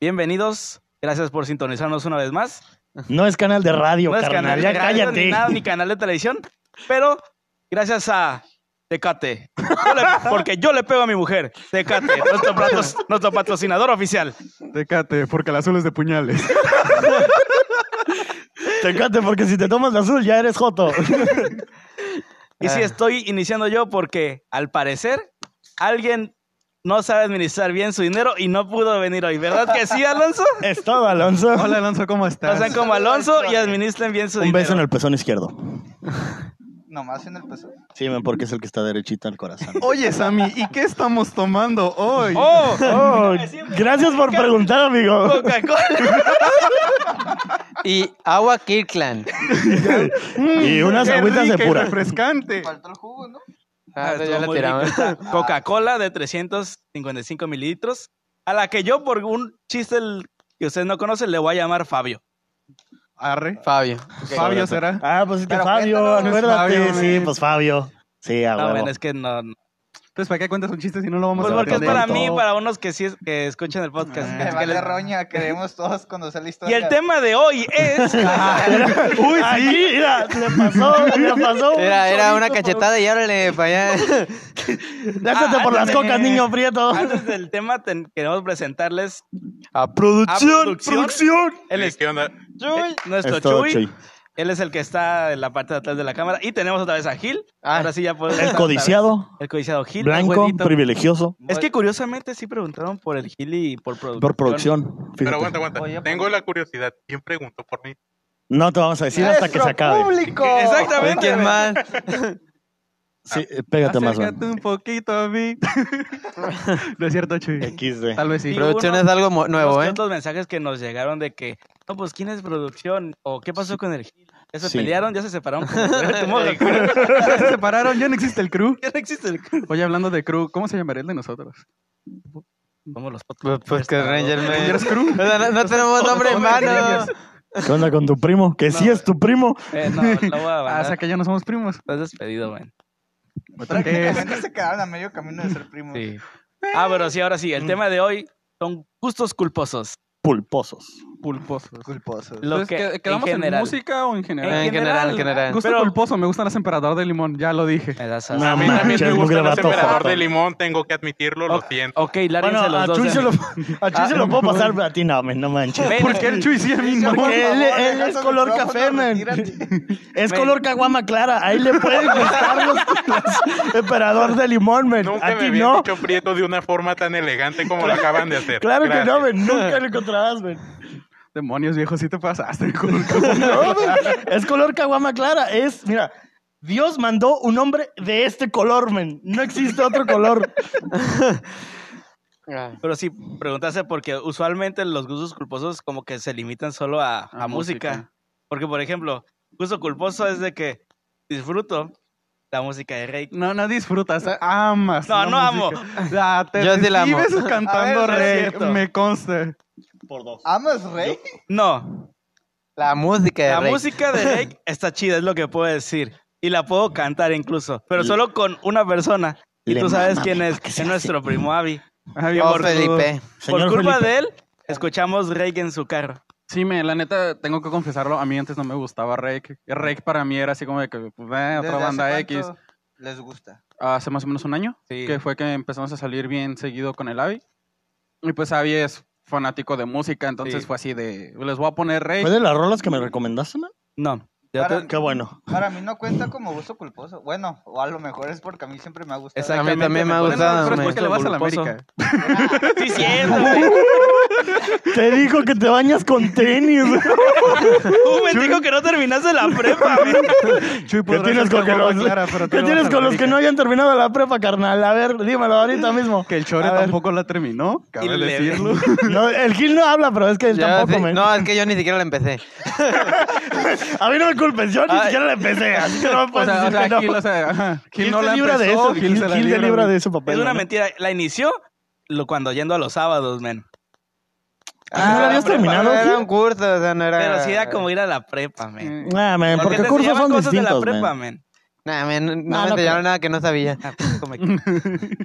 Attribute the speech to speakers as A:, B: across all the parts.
A: Bienvenidos, gracias por sintonizarnos una vez más.
B: No es canal de radio,
A: no es
B: carnal,
A: canal
B: ya
A: de radio,
B: cállate.
A: ni nada, ni canal de televisión, pero gracias a Tecate, Yo le- porque yo le pego a mi mujer, Tecate, nuestro, platos- nuestro patrocinador oficial.
C: Tecate, porque el azul es de puñales.
B: Tecate, porque si te tomas la azul ya eres joto.
A: Y
B: Ah.
A: sí, estoy iniciando yo porque al parecer alguien no sabe administrar bien su dinero y no pudo venir hoy. ¿Verdad que sí, Alonso?
B: es todo, Alonso.
C: Hola Alonso, ¿cómo
A: No
C: estás?
A: sean como Alonso y administren bien su
B: Un
A: dinero.
B: beso en el pezón izquierdo.
D: Nomás en el peso.
B: Sí, men, porque es el que está derechito al corazón.
C: Oye, Sammy, ¿y qué estamos tomando hoy?
A: ¡Oh!
B: Oh, gracias por preguntar, amigo.
A: Coca-Cola.
D: Y agua Kirkland.
B: Y unas
C: Qué
B: agüitas de
C: rica y
B: pura.
C: refrescante.
D: Faltó el jugo, ¿no?
A: Ah,
D: Ah,
E: pues,
A: estuvo
D: ya la
A: muy
D: tiramos. Ah.
A: rico esta Coca-Cola de 355 mililitros, a la que yo, por un chiste el- que ustedes no conocen, le voy a llamar Fabio.
C: Arre.
D: Fabio.
C: Fabio será.
B: Ah, pues es que
D: Pero
B: Fabio,
D: cuéntanos.
B: acuérdate.
C: Fabio,
B: sí,
C: men.
B: pues Fabio. Sí, a
A: No,
B: huevo.
A: men, es que no. no.
C: Entonces, ¿para qué cuentas un chiste si no lo vamos
A: Pues
C: a
A: porque es
C: entender?
A: para mí,
B: todo.
A: para unos que sí es- que escuchan el podcast.
C: Ah.
A: Es
D: Me
A: que les-
D: vale roña, queremos todos conocer la
A: Y
D: historia.
A: el tema de hoy es.
D: Ah.
B: Uy, sí. mira, le pasó, le pasó. un
E: Era, era una
B: chorrito,
E: cachetada y órale para allá.
B: pero- Lázate por las
A: Ah,
B: cocas,
A: men.
B: niño prieto.
A: Antes del tema, ten- queremos presentarles
E: A producción.
A: a producción. Él es
F: ¿Qué onda?
A: Chuy, nuestro
B: Es todo,
A: Chuy.
B: Chuy.
A: Él es el que está en la parte de atrás de la cámara. Y tenemos otra vez a Gil.
E: Ah,
A: Ahora sí ya podemos.
B: El
A: otra
B: codiciado,
A: vez. El codiciado Gil.
B: blanco,
A: abuelito.
B: privilegioso,
A: Es que curiosamente sí preguntaron por el Gil y por producción.
B: por producción.
F: Pero
B: fíjate.
F: aguanta, aguanta.
D: Oye,
F: Tengo la curiosidad. ¿Quién preguntó por mí?
B: No te vamos a decir hasta que se acabe.
D: público!
A: Exactamente.
E: ¿Quién más?
B: Sí, eh, pégate más,
C: Acércate
B: man.
C: un poquito a mí. no es cierto, Chuy.
B: XD.
C: Tal vez sí.
A: Y
E: Producción
A: uno-
E: es algo mo- nuevo, ¿eh?
A: Los mensajes que nos llegaron de que, no, pues, ¿quién es producción? ¿O qué pasó con el Gil? Ya se
B: Sí.
A: pelearon, ya se separaron. como fuera tu modo. Ya
C: Ya se separaron, ya no existe el crew.
A: no existe el-
C: Oye, hablando de crew, ¿cómo se llamaría el de nosotros?
A: Somos los otros.
E: Pues, pues que Ranger me...
C: Rangers Crew.
E: O sea, no, no tenemos nombre en mano.
B: ¿Qué onda con tu primo? Que sí
A: No.
B: es tu primo.
A: Eh, no, lo voy a
C: Ah, o
A: abandonar.
C: sea que ya no somos primos.
A: Estás despedido, man.
C: Es-
D: Prácticamente se quedaron a medio camino de ser primos.
A: Sí. Ah, pero sí, ahora sí. El tema de hoy son gustos culposos.
B: Pulposos.
C: Pulposos.
D: Culposos.
A: Lo
C: Entonces,
A: que,
C: ¿qued- Pues ¿Quedamos
A: en
C: en,
A: general.
C: música o en general?
E: En general, en general.
C: Gusto
A: Pero-
C: culposo, me gustan las emperadoras de limón, ya lo dije.
A: Me das
B: No
A: asco.
F: A mí también
B: manches,
F: me
B: mugre
F: gusta el
B: vato
F: emperador
B: joto.
F: de limón, tengo que admitirlo, lo siento.
A: Ok, lárguense
B: Bueno,
A: los
B: a
A: dos.
B: Chuy,
A: de
B: se
A: mí.
B: lo, a Chuy se lo puedo pasar a ti, no, men, no manches.
A: Ven,
C: ¿Por qué el Chuy sí a mí no?
B: Porque
D: favor,
B: él, él es
D: deja su
B: color
D: micrófono,
B: café, men.
D: retírate.
B: Es
A: Men.
B: color caguama clara. Ahí le pueden gustar los, los emperador de limón, men.
F: Nunca
B: A
F: me
B: ti
F: habían
B: no.
F: dicho prieto de una forma tan elegante como lo acaban de hacer.
B: Claro que no,
F: Gracias.
B: men. Nunca lo encontrarás, men.
C: Demonios, viejo, sí te pasaste. con-
B: No, men. Es color caguama clara. Es, mira, Dios mandó un hombre de este color, men. No existe otro color.
E: Ah,
A: Pero sí, preguntaste porque usualmente los gustos culposos como que se limitan solo a, a
C: A
A: música.
C: música.
A: Porque, por ejemplo, gusto culposo es de que disfruto la música de Rey.
C: No, no disfrutas, amas.
A: No,
C: la
A: no amo.
C: música. Ah, te
E: Yo sí la amo.
C: recibes cantando
D: A ver, no es
C: rey,
A: cierto.
C: me consta.
B: Por dos.
D: ¿Amas Rey?
A: No,
E: La música de
A: la
E: Rey.
A: música de Rey está chida, es lo que puedo decir. Y la puedo cantar incluso, pero solo con una persona. Y
B: Le
A: tú sabes
B: mama,
A: quién
B: men,
A: es,
B: ¿pa' qué
A: es
B: se hace?
A: nuestro primo Avi.
C: Ah, bien
E: Oh,
C: borrudo.
E: Felipe.
B: Señor
A: por culpa
B: Felipe.
A: de él, escuchamos Rey en su carro.
C: Sí, me, la neta, tengo que confesarlo, a mí antes no me gustaba Rake. Rake para mí era así como de que, eh, otra
D: ¿Desde hace
C: banda
D: cuánto
C: X.
D: Les gusta.
C: Hace más o menos un año,
A: Sí.
C: que fue que empezamos a salir bien seguido con el Avi. Y pues Avi es fanático de música, entonces
A: Sí.
C: fue así de, les voy a poner
B: ¿Fue
C: Rake.
B: de las rolas que me recomendaste, man?
A: No, yo
D: Para-
A: te-
B: Qué bueno.
D: Para mí no cuenta como gusto culposo. Bueno, o a lo mejor es porque a mí siempre me ha gustado.
E: A mí también me ha
A: Exactamente,
E: gustado.
C: Pero es
E: men.
C: porque le vas a la
A: Culposo.
C: América.
A: sí, cierto, güey.
B: Te dijo que te bañas con tenis.
A: Uh, me dijo que no terminaste la prepa, güey.
C: Chuy,
B: ¿Qué
C: podrás
B: tienes
C: ser
B: con, que
C: Guapa
B: los,
C: Clara, pero tú
B: ¿qué
C: le vas
B: tienes
C: a la
B: con los que
C: América.
B: no hayan terminado la prepa, carnal? A ver, dímelo ahorita mismo.
C: Que el Chore
B: A ver.
C: tampoco la terminó,
A: Y
C: cabe
A: le-
C: decirlo.
B: No, el Gil no habla, pero es que él
E: Yo
B: tampoco
E: sí-
B: me.
E: No, es que yo ni siquiera la empecé.
B: A mí no me culpes, yo ni
E: Ay.
B: siquiera la empecé, así que no me
C: O
B: puedes
C: sea, o
B: decir
C: sea,
B: que no.
C: Gil, o sea, ajá, Gil
B: Gil
C: no
B: te
C: la
B: libra de
C: empezó,
B: eso, Gil,
C: se la
B: Gil te libra de ese
A: Es
B: papel.
A: una
B: ¿no?
A: mentira. La inició lo, cuando yendo a los sábados, men.
B: Ah, ¿no la habías
E: Pero
B: terminado,
E: Era
B: Gil?
E: un curso, o sea, no era...
A: Pero sí era como ir a la prepa, men.
C: güey.
B: Nah, Ah, man, porque,
A: te
B: cursos
A: enseñaban
B: son
A: cosas
B: distintos,
A: de la prepa,
B: man.
A: men.
E: Nah, men, no,
B: no,
E: me enseñaron
B: pero-
E: nada que no sabía.
A: Ah, pues, como que-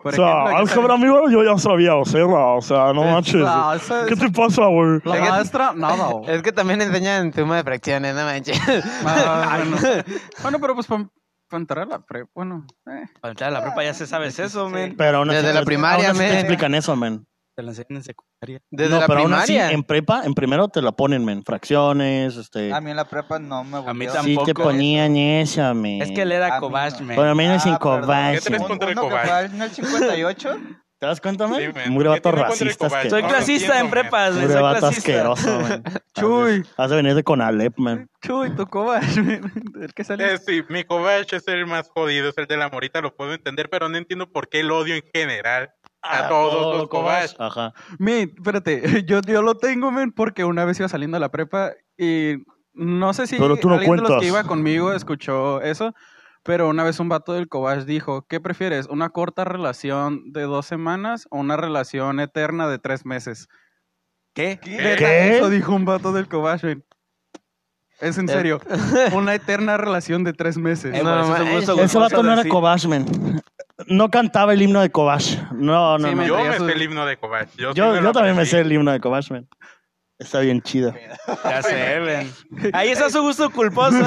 C: Por
B: O sea,
C: ejemplo, aquí
B: al
C: también-
B: cabrón mío yo ya sabía Becerra, o sea, no manches.
C: No, eso Ah, es-
B: ¿Qué te pasa, güey?
C: La
E: Fíjate-
C: maestra, nada. güey.
E: Es que también enseñan suma de fracciones, no manches.
C: Ah, bueno. Bueno, pero pues para entrar a la pre, bueno, eh,
A: Para entrar a la prepa ya se sabes eso, men.
B: Pero aún así-
E: Desde la
B: aún
E: primaria,
B: así te
E: men.
B: explican eso, men.
A: Te la enseñan en secundaria.
E: Desde
B: no,
E: la
B: pero aún
E: primaria.
B: así, en prepa, en primero te la ponen, men. Fracciones, este...
D: A mí en la prepa no me
A: mí
D: volvieron.
B: sí te
A: tampoco.
B: ponían esa, men.
A: Es que él
D: A
A: era
D: mí
A: Cobach,
D: no.
A: men.
B: Por lo menos en
D: Ah, perdón.
B: Cobach,
F: ¿Qué
B: men.
F: tenés
D: Un-
F: contra el
D: uno que
F: Cobach?
D: fue en el 58.
B: ¿Te das cuenta, men?
F: Sí, men.
B: Muy
F: ¿Qué
B: vatos
F: tiene contra el
B: racistas
F: Cobach?
B: que...
A: Soy
F: No, no
A: clasista
F: entiendo,
A: en prepas, men.
B: Puro
A: Soy
B: vato
A: clasista.
B: asqueroso, men.
C: Chuy,
B: Has de venir de Conalep, men.
C: Chuy, tu cobach, el que sale.
F: Eh, sí, mi Kovac es el más jodido, es el de la morita, lo puedo entender, pero no entiendo por qué el odio en general a, todos los Kovac.
B: Ajá.
C: Men, espérate, yo, yo lo tengo, men, porque una vez iba saliendo a la prepa y no sé si
B: Pero tú no
C: alguien de los
B: cuentas.
C: que iba conmigo escuchó eso, pero una vez un vato del Cobach dijo, ¿qué prefieres, una corta relación de dos semanas o una relación eterna de tres meses?
A: ¿Qué? Eh,
F: ¿Qué?
C: Neta, Eso dijo un vato del Cobach, men. Es en serio, una eterna relación de tres meses.
A: Eh, por eso
E: ma-
A: se puso
E: ese
B: Ese
A: gordoso
B: vato no era
A: así.
B: Cobach, men. No cantaba el himno de Cobach. No, no,
C: Sí,
B: no.
C: men.
F: Yo me
C: Eso-
F: sé el himno de Kovac. Yo, sí
B: Yo,
F: me lo
B: yo también me
F: aprendí.
B: sé el himno de Cobach, men. Está bien chido.
A: Ya sé, ven. Ahí está su gusto culposo.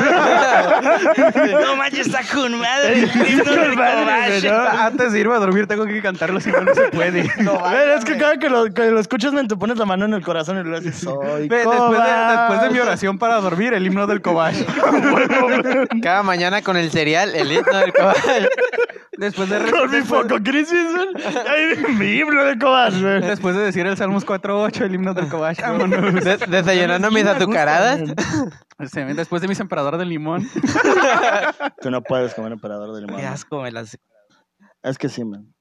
A: ¿eh? no manches, está con madre. el himno
B: Con
A: del
B: madre,
A: Cobach.
B: ¿no?
C: Antes de irme a dormir tengo que cantarlo, si no, no se puede.
B: Ven, es que cada que lo, que lo escuchas, men, te pones la mano en el corazón y lo haces. Soy
C: Ve, Después de,
B: Cobach".
C: después de mi oración para dormir, el himno del Cobach.
E: Cada mañana con el cereal, el himno del cobal.
C: Después de,
B: Con mi
C: después-
B: foco crisis, men. Ahí, Mi himno de Cobach, men.
C: Después de decir el Salmos 4.8, el himno del Cobach, vámonos.
E: De- desayunando mis azucaradas.
C: Sí, Después de mis emperador del limón.
B: Tú no puedes comer emperador del
A: Qué
B: limón.
A: asco me las
B: Es que sí, men.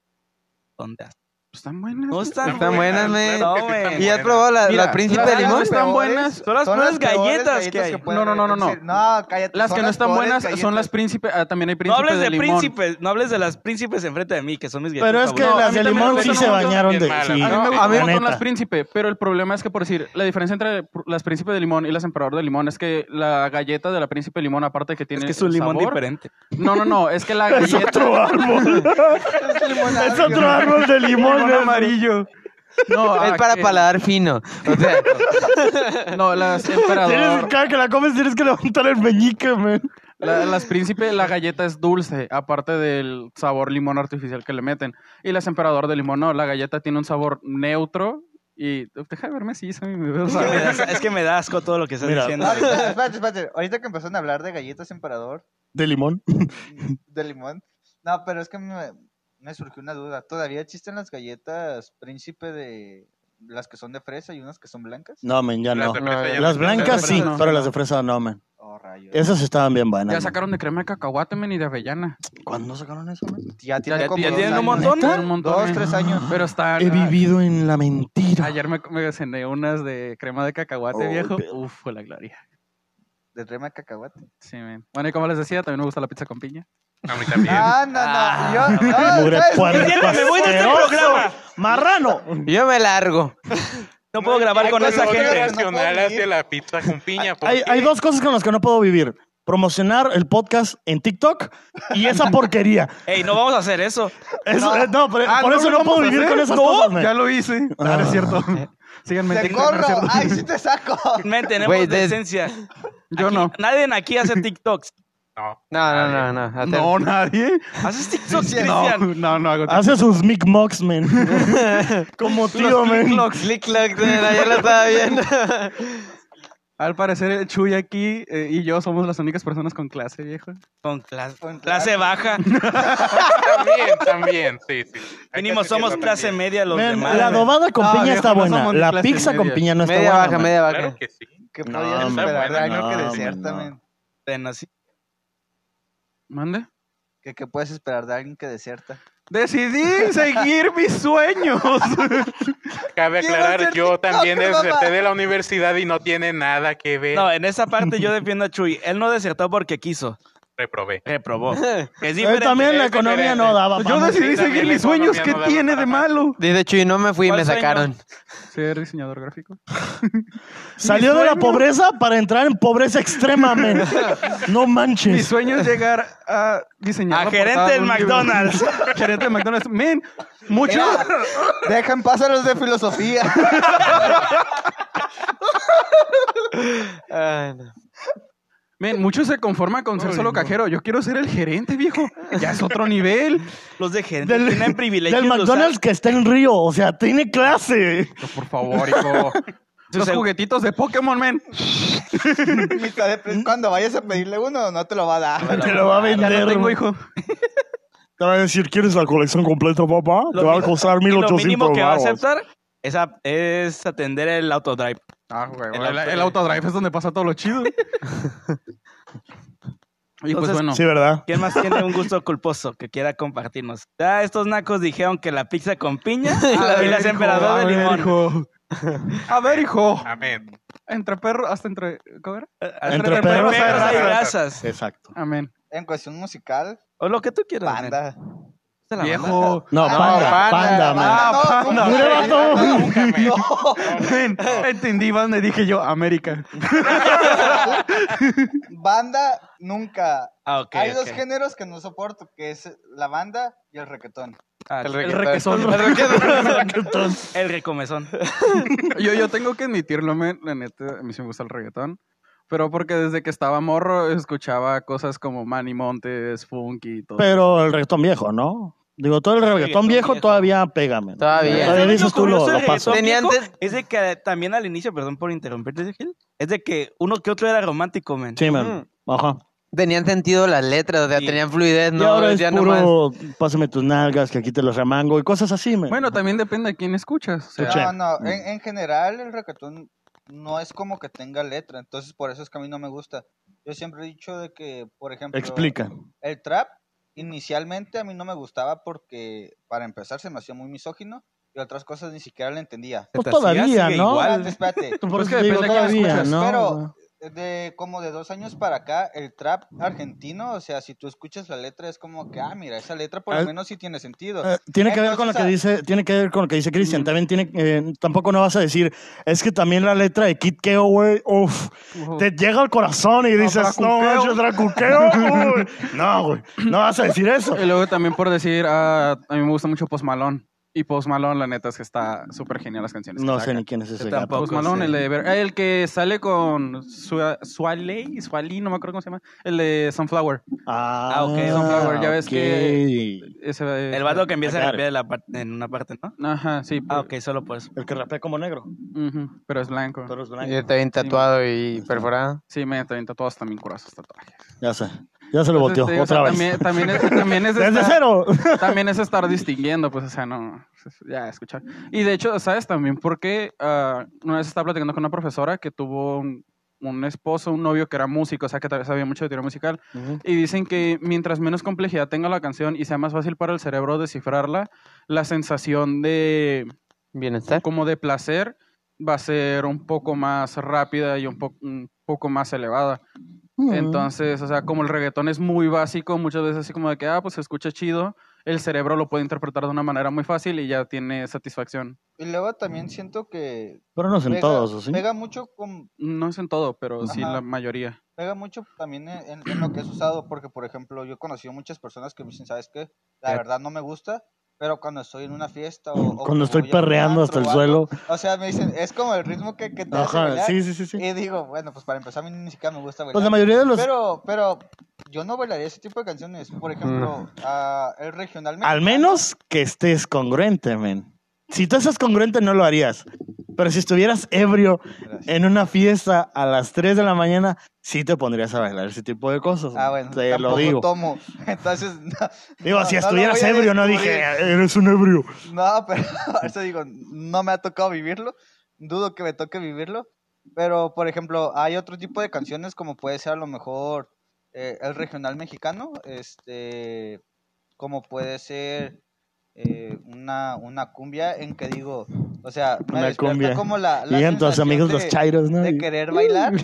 A: ondas.
C: Están buenas.
A: No están
E: Están buenas, men.
A: No,
F: claro que sí están
A: men.
E: ¿Y has
F: buenas.
E: probado la,
C: Mira,
E: la príncipe
C: las
E: de limón?
C: que están buenas.
A: Son las puras galletas que hay.
C: No, no, no, no, no.
D: No, cállate.
C: Las que no
D: las
C: están
D: peores
C: buenas son
D: galletas.
C: las príncipes. Ah, también hay
A: No
C: príncipes
A: hables
C: de
A: de
C: limón.
A: príncipes, no hables de las príncipes enfrente de mí, que son mis galletas.
B: Pero es que
A: favoritas.
B: las
C: No, a mí
B: de
C: también
B: limón
C: me
B: sí
C: gustan
B: se
C: un montón.
B: bañaron de.
F: Bien
B: sí,
F: malas.
C: A mí me
F: No,
C: gustan
E: a mí
B: la
E: me
C: son
B: neta.
C: las príncipe, pero el problema es que, por decir, la diferencia entre pr- las príncipes de limón y las emperador de limón es que la galleta de la príncipe de limón, aparte que tiene.
A: es que es un
C: el
A: limón
C: sabor-
A: diferente.
C: No, no, no, es que la
B: Es
C: galleta.
B: otro árbol.
D: Es limonada,
B: es
D: yo-
B: otro árbol de limón.
C: Limón
B: men.
C: amarillo. No,
E: Es para
C: aquel-
E: paladar fino. O sea,
C: No, las emperador.
B: Tienes, cada que la comes tienes que levantar el meñique, men.
C: La- las príncipe, la galleta es dulce, aparte del sabor limón artificial que le meten. Y las emperador de limón, no, la galleta tiene un sabor neutro y... Deja de verme si a mí me veo
A: Es que me da-
C: sabor.
A: Es que me da asco todo lo que estás
B: Mira.
A: diciendo.
D: No, ahorita- espérate, espérate. Ahorita que empezaron a hablar de galletas emperador
B: De limón.
D: de limón. No, pero es que me, me surgió una duda. ¿Todavía existen las galletas príncipe de las que son de fresa y unas que son blancas?
B: No, men, ya no.
F: Las de fresa ya
B: Las
F: no-
B: blancas
C: Las de
B: sí,
C: fresa no.
B: pero las de fresa no, men.
D: Oh, rayos.
B: Esas estaban bien buenas.
C: Ya
B: men.
C: sacaron de crema de cacahuate, men, y de avellana.
B: ¿Cuándo sacaron eso, men?
D: Ya tiene
C: Ya-
D: como
C: ya
D: dos
A: tienen un
D: años.
A: montón.
C: Tienen un montón,
D: Dos,
C: men.
D: tres años.
C: Pero están...
B: He vivido en la mentira.
C: Ayer me, me cené unas de crema de cacahuate,
B: Oh,
C: viejo.
B: pe-
C: Uf, fue la gloria.
D: De crema de cacahuate.
C: Sí, men. Bueno, y como les decía, también me gusta la pizza con piña.
F: A mí también.
D: Ah, no, no. Yo, no,
B: Mugre
D: ¿sabes qué?
B: puerco
A: Ya me voy de este
B: asqueroso.
A: programa.
B: ¡Marrano!
E: yo me largo.
A: No puedo grabar
D: hay
A: con
D: que
A: esa
D: lo
F: odio
A: gente.
D: veas. No puedo
F: racional
D: vivir.
F: hacia la pizza con piña. ¿por
B: Hay,
F: qué?
B: hay dos cosas con las que no puedo vivir. Promocionar el podcast en TikTok y esa porquería.
A: Ey, no vamos a hacer eso.
B: Eso- eh, no, por,
C: Ah,
B: por
C: ¿no
B: eso
C: lo
B: no
C: vamos
B: puedo
C: a
B: vivir
C: hacer?
B: con esas
C: No,
B: cosas, men.
C: Ya lo hice. Ah, no es cierto. Síganme en
D: Te
C: TikTok, no es
D: corro.
C: cierto.
D: Ay, sí te saco.
A: Men, tenemos
E: Güey, de-
A: decencia.
C: Yo no.
A: Nadie en aquí hace TikToks.
F: No,
E: No, no, no, no. hasta-
C: No, nadie.
A: ¿Haces TikToks,
C: No,
A: Cristian?
C: no, no hago
B: Hace sus micmocs, men. Como tío, men.
E: Click clack, nena, yo lo estaba viendo.
C: Al parecer, Chuy aquí eh, y yo somos las únicas personas con clase, viejo.
A: Con clase,
D: Con
A: clase
D: clase.
A: baja.
F: también, también, sí, sí. Hay que
A: Mínimo somos
F: admitirlo
A: clase
F: también.
A: media los
B: Men,
A: demás.
B: la adobada con
C: No,
B: piña
C: viejo,
B: está
C: no
B: buena.
C: somos de
B: La
C: clase
B: pizza con
C: media.
B: piña no está
E: Media
B: buena.
E: baja,
B: men.
E: media baja.
F: Claro que sí.
D: ¿Qué
B: No,
D: podías
B: hombre,
D: esperar de
F: bueno,
D: año que
B: no,
D: desierta,
B: hombre, no.
D: men?
A: Men, así.
C: ¿Mande?
D: ¿Qué, ¿Qué puedes esperar de alguien que deserta?
C: Decidí seguir mis sueños.
F: Cabe
D: ¿Quién va a
F: aclarar,
D: hacer
F: yo
D: TikTok,
F: también
D: mamá?
F: deserté de la universidad y no tiene nada que ver.
A: No, eh. en esa parte yo defiendo a Chuy. Él no desertó porque quiso.
F: Reprobé.
A: Reprobó. Es
B: Eh,
A: diferente.
B: también la
F: es
B: economía
F: diferente.
B: no daba.
C: yo
B: vamos.
C: decidí
F: sí, también
C: seguir
F: la
C: mis sueños.
F: economía
C: ¿Qué
F: no da
C: tiene de
F: para más.
C: malo?
E: Dice Chuy, no me fui,
A: ¿Cuál
E: me
A: sueño?
E: sacaron.
C: ser diseñador gráfico.
B: Salió de la
C: sueño.
B: pobreza para entrar en pobreza extrema, men. No
C: Mi
B: manches.
C: sueño es llegar a diseñar.
A: A
C: la
A: gerente
C: portada de
A: del
C: un libro.
A: McDonald's.
C: gerente de McDonald's. Men, mucho.
D: Dejan pasar los de filosofía.
E: Ay, no.
C: Men, muchos se conforman con ser solo cajero. Yo quiero ser el gerente, viejo. Ya es otro nivel.
A: Los de gente
B: Del,
A: tienen privilegios.
B: del
A: de usar
B: McDonald's que está en Río, o sea, tiene clase.
C: No, por favor, hijo. Los
A: Su-
C: juguetitos de Pokémon, men.
D: Mitad de precio. Cuando vayas a pedirle uno, no te lo va a dar.
B: Te lo va a
C: Ya
B: vender.
C: lo tengo, hijo.
B: Te va a decir, ¿quieres la colección completa, papá?
A: Lo
B: Te va a
A: mi-
B: costar
A: Y lo
B: 1800
A: mínimo que va a
B: baros.
A: aceptar es, a- es atender el autodrive.
C: Ah, güey.
A: El
C: El,
A: auto-
C: el autodrive es donde pasa todo lo chido. y pues
A: Entonces,
C: bueno.
B: Sí, ¿verdad?
A: ¿Quién más tiene un gusto culposo que quiera compartirnos? Ya estos nacos dijeron que la pizza con piña y las emperadoras de limón.
C: A ver, hijo.
F: Amén.
C: Entre perros, hasta entre. ¿Cómo era?
B: Eh, Entre perros hay
A: hay
F: razas.
A: razas.
B: Exacto.
C: Amén.
D: En cuestión musical,
A: O lo que tú quieras. men.
D: panda.
A: ¿Te la mandas?
C: Viejo.
B: No,
D: Ah,
B: panda,
E: panda,
B: panda, man.
C: Ah, panda.
B: Mira, vato.
F: Nunca, amén.
C: Men, entendí, banda, y dije yo, América.
D: Banda, nunca.
A: Ah, ok.
D: Hay
A: ok.
D: dos géneros que no soporto, que es la banda y el reggaetón.
A: Ah,
E: El
A: el,
E: reggaetón.
C: Requesón.
A: el recomezón.
C: Yo, yo tengo que admitirlo, men. La neta, a mí sí me gusta el reggaetón. Pero porque desde que estaba morro escuchaba cosas como Manny Montes, Funky y todo.
B: Pero el reggaetón viejo, ¿no? Digo, todo el reggaetón
A: Reggaetón
B: viejo
A: viejo.
B: todavía pega, men.
E: Todavía.
B: Todavía
A: ¿Sabes
B: dices tú lo,
A: curioso del
B: lo paso.
A: reggaetón
E: Tenía
A: viejo?
E: antes-
A: Es de que también al inicio, perdón por interrumpirte, Gil, es de que uno que otro era romántico, men.
B: Sí, man. Ajá.
E: Tenían sentido las letras, o sea,
A: Sí.
E: tenían fluidez,
B: y
E: ¿no?
B: ahora es
E: Ya nomás-
B: puro, pásame tus nalgas, que aquí te los remango y cosas así, men.
C: Bueno, también depende a quién escuchas. o sea,
B: Escuché.
D: No, no,
B: Mm.
D: en, en general el reggaetón no es como que tenga letra, entonces por eso es que a mí no me gusta. Yo siempre he dicho de que, por ejemplo,
B: Explica.
D: el trap inicialmente a mí no me gustaba porque para empezar se me hacía muy misógino y otras cosas ni siquiera le entendía.
B: Pues
A: te hacía,
B: todavía,
A: sigue
B: ¿no?
A: igual.
D: Espérate, espérate.
B: Tú por
C: Pues que
B: eso digo
C: depende de quién
B: todavía,
C: escuchas,
B: ¿no?
D: pero- de como de dos años para acá, el trap argentino, o sea, si tú escuchas la letra es como que, ah, mira, esa letra por
B: Ah,
D: lo menos sí tiene sentido.
B: Eh, tiene que ver con lo que
D: Entonces,
B: dice, tiene que ver con lo que dice Cristian. También tiene, eh, tampoco no vas a decir, es que también la letra de Kid Keo, güey, uff,
C: Ujú.
B: te llega al corazón y dices, no,
C: Dracuqueo".
B: manches, Dracuqueo, uy". No, güey, no vas a decir eso.
C: Y luego también por decir, ah, a mí me gusta mucho Post Malone. Y Post Malone, la neta, es que está súper genial las canciones. que
B: No
C: saca.
B: sé ni quién es
A: Yo
B: ese gato.
A: tampoco.
C: Post Malone,
A: sé.
C: el de... Ver- ah, El que sale con Sua- Sualey, Sualí, no me acuerdo cómo se llama. El de Sunflower.
B: Ah,
A: Ah, ok,
C: Sunflower, ya ves
B: que...
C: Ese, eh,
A: El vato que empieza a
B: Claro.
A: rapear en la parte- en una parte, ¿no?
C: Ajá, sí.
A: Ah, ok, solo por eso.
B: El que rapea como negro,
C: ujú, pero es blanco.
B: pero es
E: Y
B: blanco.
E: está bien tatuado y perforado.
C: Sí, me también todos también curados tatuajes.
B: Ya sé, ya se lo
C: Entonces,
B: volteó
C: te digo, o sea,
B: otra vez.
C: También, también es, también es
B: Desde
C: estar-
B: cero.
C: también es estar distinguiendo, pues, o sea, no, ya escuchar. Y de hecho, ¿sabes también porque una vez estaba platicando con una profesora que tuvo un, un esposo, un novio que era músico, o sea, que tal vez sabía mucho de teoría musical, y dicen que mientras menos complejidad tenga la canción y sea más fácil para el cerebro descifrarla, la sensación de
E: Bienestar.
C: como de placer va a ser un poco más rápida y un, po- un poco más elevada. Entonces, o sea, como el reggaetón es muy básico, muchas veces así como de que, ah, pues se escucha chido, el cerebro lo puede interpretar de una manera muy fácil y ya tiene satisfacción.
D: Y luego también siento que
B: Pero no es Pues en
D: pega,
B: todos, ¿o ¿sí?
D: pega mucho con,
C: No es en todo, pero sí
D: Ajá.
C: la mayoría.
D: pega mucho también en, en- en lo que es usado, porque por ejemplo yo he conocido muchas personas que me dicen, ¿sabes qué? La verdad no me gusta, pero cuando estoy en una fiesta o... o
B: Cuando
D: que
B: estoy
D: voy a un
B: perreando hasta
D: antro
B: el
D: o algo,
B: suelo.
D: O sea, me dicen, es como el ritmo que, que te hace
B: Ajá,
D: bailar".
B: sí, sí, sí, sí.
D: Y digo, bueno, pues para empezar a mí ni siquiera me gusta bailar.
B: Pues la mayoría de los...
D: Pero, pero yo no bailaría ese tipo de canciones. Por ejemplo, ah, el regional
B: Mm. Al
D: mexicano,
B: menos que estés congruente, men. Si tú estás congruente, no lo harías. Pero si estuvieras ebrio
D: Gracias.
B: en una fiesta a las 3 de la mañana, sí te pondrías a bailar ese tipo de cosas.
D: Ah, bueno,
B: Te lo
D: tampoco
B: digo.
D: tomo. Entonces, no,
B: Digo,
D: no,
B: si
D: no lo
B: estuvieras
D: voy a
B: ebrio, no dije,
D: descubrir.
B: eres un ebrio.
D: No, pero por eso digo, no me ha tocado vivirlo. Dudo que me toque vivirlo. Pero, por ejemplo, hay otro tipo de canciones como puede ser a lo mejor eh, el regional mexicano, este, como puede ser eh, una, una cumbia en que digo, o sea, me
B: Una
D: despierta
B: cumbia.
D: como la, la
B: y entonces,
D: sensación
B: amigos,
D: de-
B: los chairos, ¿no?
D: de
B: Y-
D: querer bailar.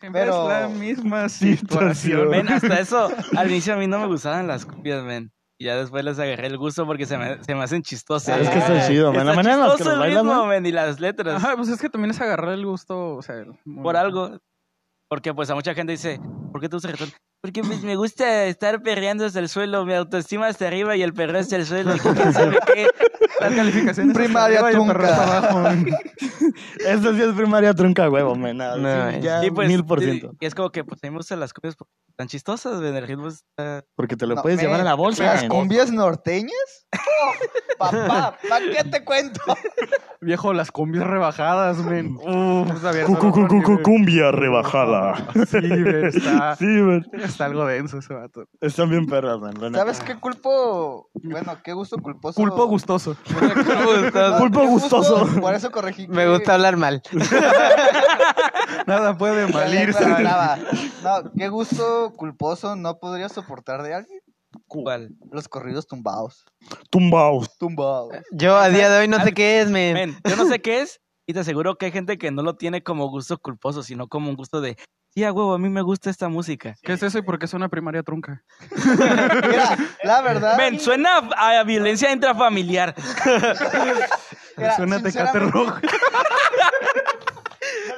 D: Pero-
C: Es la misma situación. ah,
A: Men, hasta eso, al inicio a mí no me gustaban las copias, men. Y ya después les agarré el gusto porque se me, se me hacen chistosos.
B: Es que está chido, man. La
A: Está
B: manera en la que
A: chistoso
B: los
A: el
B: bailan,
A: ritmo,
B: man.
A: men, y las letras.
C: Ajá, pues es que también es agarrar el gusto, o sea, el-
A: por algo. Porque pues a mucha gente dice, ¿por qué te gusta el reggaetón? Porque pues me gusta estar perreando hasta el suelo, mi autoestima hasta arriba y el perreo hasta el suelo. y quién sabe qué.
C: Las calificaciones
D: Primaria
C: para arriba y el perreo
D: trunca.
C: para abajo, güey.
B: Eso sí es primaria trunca, huevo, men. No,
E: No,
B: sí,
E: es-
B: ya
A: Y pues,
B: mil por ciento.
A: y es como que pues a mí me gustan las cosas tan chistosas, ven, el ritmo está...
B: Porque te lo
D: No,
B: puedes
D: men,
B: llevar a la bolsa.
D: ¿Las
B: men.
D: cumbias norteñas? Oh, papá, ¿pa' qué te cuento?
C: Viejo, las combis rebajadas, men. Uh, pues, Javier,
B: Cu-
C: no,
B: cu- cu- cu- cu-
C: no,
B: Cumbia rebajada.
C: Sí, men, está,
B: Sí, men.
C: está algo denso ese vato.
B: Están bien perras, man. la neta.
D: ¿Sabes qué culpo? Bueno, qué gusto culposo.
C: Pulpo gustoso.
D: No,
B: Culpo
D: qué gusto,
B: gustoso.
D: Por eso corregí.
E: Me
D: que-
E: gusta hablar mal.
C: Nada puede
D: que la
C: malirse.
D: lengua brava. No, qué gusto culposo no podría soportar de alguien.
A: ¿Cuál?
D: Los corridos tumbados.
B: Tumbaos.
D: Tumbados.
E: Yo a día de hoy no sé qué es, men.
A: Men, yo no sé qué es y te aseguro que hay gente que no lo tiene como gusto culposo, sino como un gusto de, sí, a huevo, a mí me gusta esta música.
C: ¿Qué es eso y por qué es una primaria trunca?
D: Mira, la verdad.
A: Men, suena a, a violencia intrafamiliar.
D: mira,
C: Suena tecate
D: sinceramente,
C: rojo.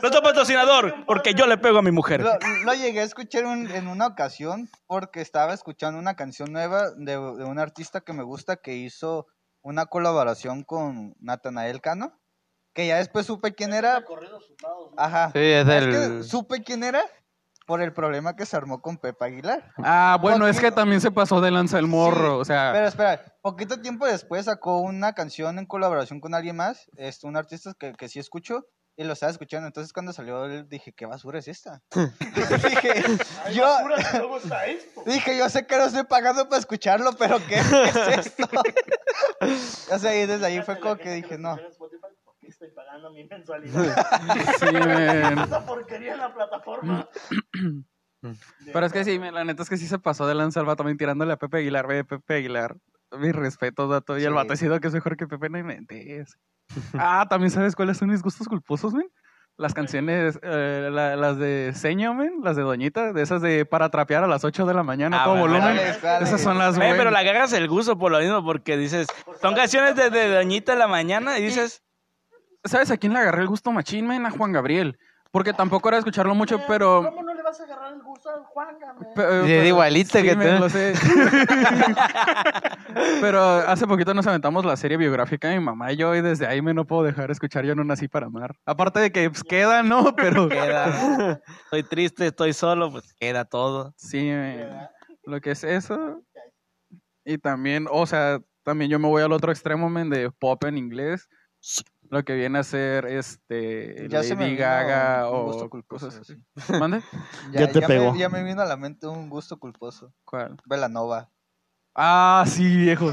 A: No está patrocinador, porque yo le pego a mi mujer.
D: Lo, lo llegué a escuchar un- en una ocasión porque estaba escuchando una canción nueva de, de un artista que me gusta que hizo una colaboración con Natanael Cano, que ya después supe quién era. Ajá.
E: Sí, es
D: Es
E: el.
D: que supe quién era por el problema que se armó con Pepa Aguilar.
C: Ah, bueno, es que también se pasó de lanza el morro, o sea...
D: Pero espera, poquito tiempo después sacó una canción en colaboración con alguien más, este, un artista que, que sí escucho, y lo estaba escuchando. Entonces cuando salió él dije, ¿qué basura es esta? dije, yo, dije, yo sé que no estoy pagando para escucharlo, pero ¿qué, qué es esto? o sea, y desde ahí fue como que dije, no.
B: Estoy pagando mi mensualidad.
C: Sí, men.
B: Esa porquería en la plataforma.
C: Pero es que sí, men, la neta es que sí se pasó de lanza el vato, men, tirándole a Pepe Aguilar, ve, Pepe Aguilar. Mis respetos, vato. Y el
D: Sí.
C: vato ha sido que es mejor que Pepe, no inventes. ah, también sabes cuáles son mis gustos culposos, men. Las canciones, eh, la- las de Seño, men, las de Doñita, de esas de para trapear a las 8 de la mañana,
A: Ah,
C: todo
A: bueno,
C: volumen.
D: ¿Cuáles, cuáles?
C: Esas son las
A: Men,
C: buenas.
A: pero le agarras el gusto por lo mismo, porque dices, son canciones de, de Doñita en la mañana y dices,
C: ¿Sabes a quién le agarré el gusto machín, men? A Juan Gabriel. Porque tampoco era escucharlo mucho, pero... ¿Cómo no le vas a agarrar el gusto al Juan,
E: Y es igualito que
C: men,
E: tú.
C: lo sé. pero hace poquito nos aventamos la serie biográfica de mi mamá y yo, y desde ahí me no puedo dejar de escuchar Yo no nací para amar. Aparte de que pues, queda, ¿no? Pero...
A: queda, estoy triste, estoy solo, pues queda todo.
C: Sí, men. lo que es eso. Y también, o sea, también yo me voy al otro extremo, men, de pop en inglés. Lo que viene a ser este
D: Ya se me
C: Lady
D: vino
C: Gaga
D: un gusto
C: o
D: culposo,
C: cosas
D: sí.
C: así. ¿Mande?
B: Ya te
D: me-
B: pegó.
D: ya me vino a la mente un gusto culposo.
C: ¿Cuál?
D: Velanova.
C: Ah, sí, viejo.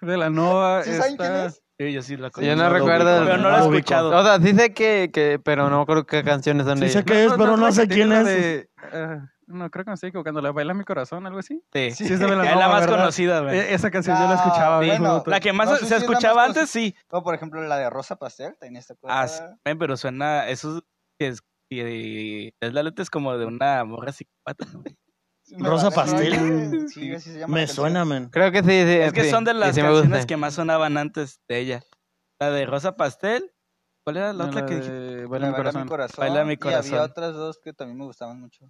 C: De la Nova.
D: ¿Sí saben quién
C: está-
D: es?
A: Sí, yo sí la conozco.
E: Yo no recuerdo.
A: Pero no lo he
B: No ubico.
A: escuchado.
E: O sea, sí sé que, que- pero no creo que canciones son
B: Sí
E: de
B: sé
E: ella.
B: qué es, pero no
C: la
B: sé
C: que
B: quién
C: tiene la
B: es.
C: de, ah, no, creo que me estoy equivocando. ¿La baila mi corazón? ¿Algo así?
A: Sí,
C: Sí, es de Belanova,
A: es la más
C: ¿verdad?
A: conocida, men.
C: E- Esa canción yo la
D: Ah,
C: escuchaba,
D: bueno,
C: viejo.
A: La que más
D: No
A: se-
D: sé
A: se
D: si es la
A: escuchaba
D: más
A: antes, sí.
D: O por ejemplo la de Rosa Pastel, tenías esta
A: Ah, sí, men, pero suena, eso es, que- es la letra es como de una morra psicópata.
D: Me
B: Rosa
D: vale,
B: Pastel.
D: rollo. Sí, así se llama la
B: Me
D: canción.
B: suena, men.
E: Creo que sí, sí.
A: Es que
E: sí,
A: son de
E: y
A: las
E: sí me
A: canciones
E: gusta.
A: que más sonaban antes de ella. La de Rosa Pastel. ¿Cuál era la
C: No,
A: otra
C: la
A: que dije?
C: de Baila
D: Me
C: mi
D: Baila mi
C: corazón.
D: corazón.
A: Baila mi
D: Y
A: corazón.
D: había otras dos que también me gustaban mucho.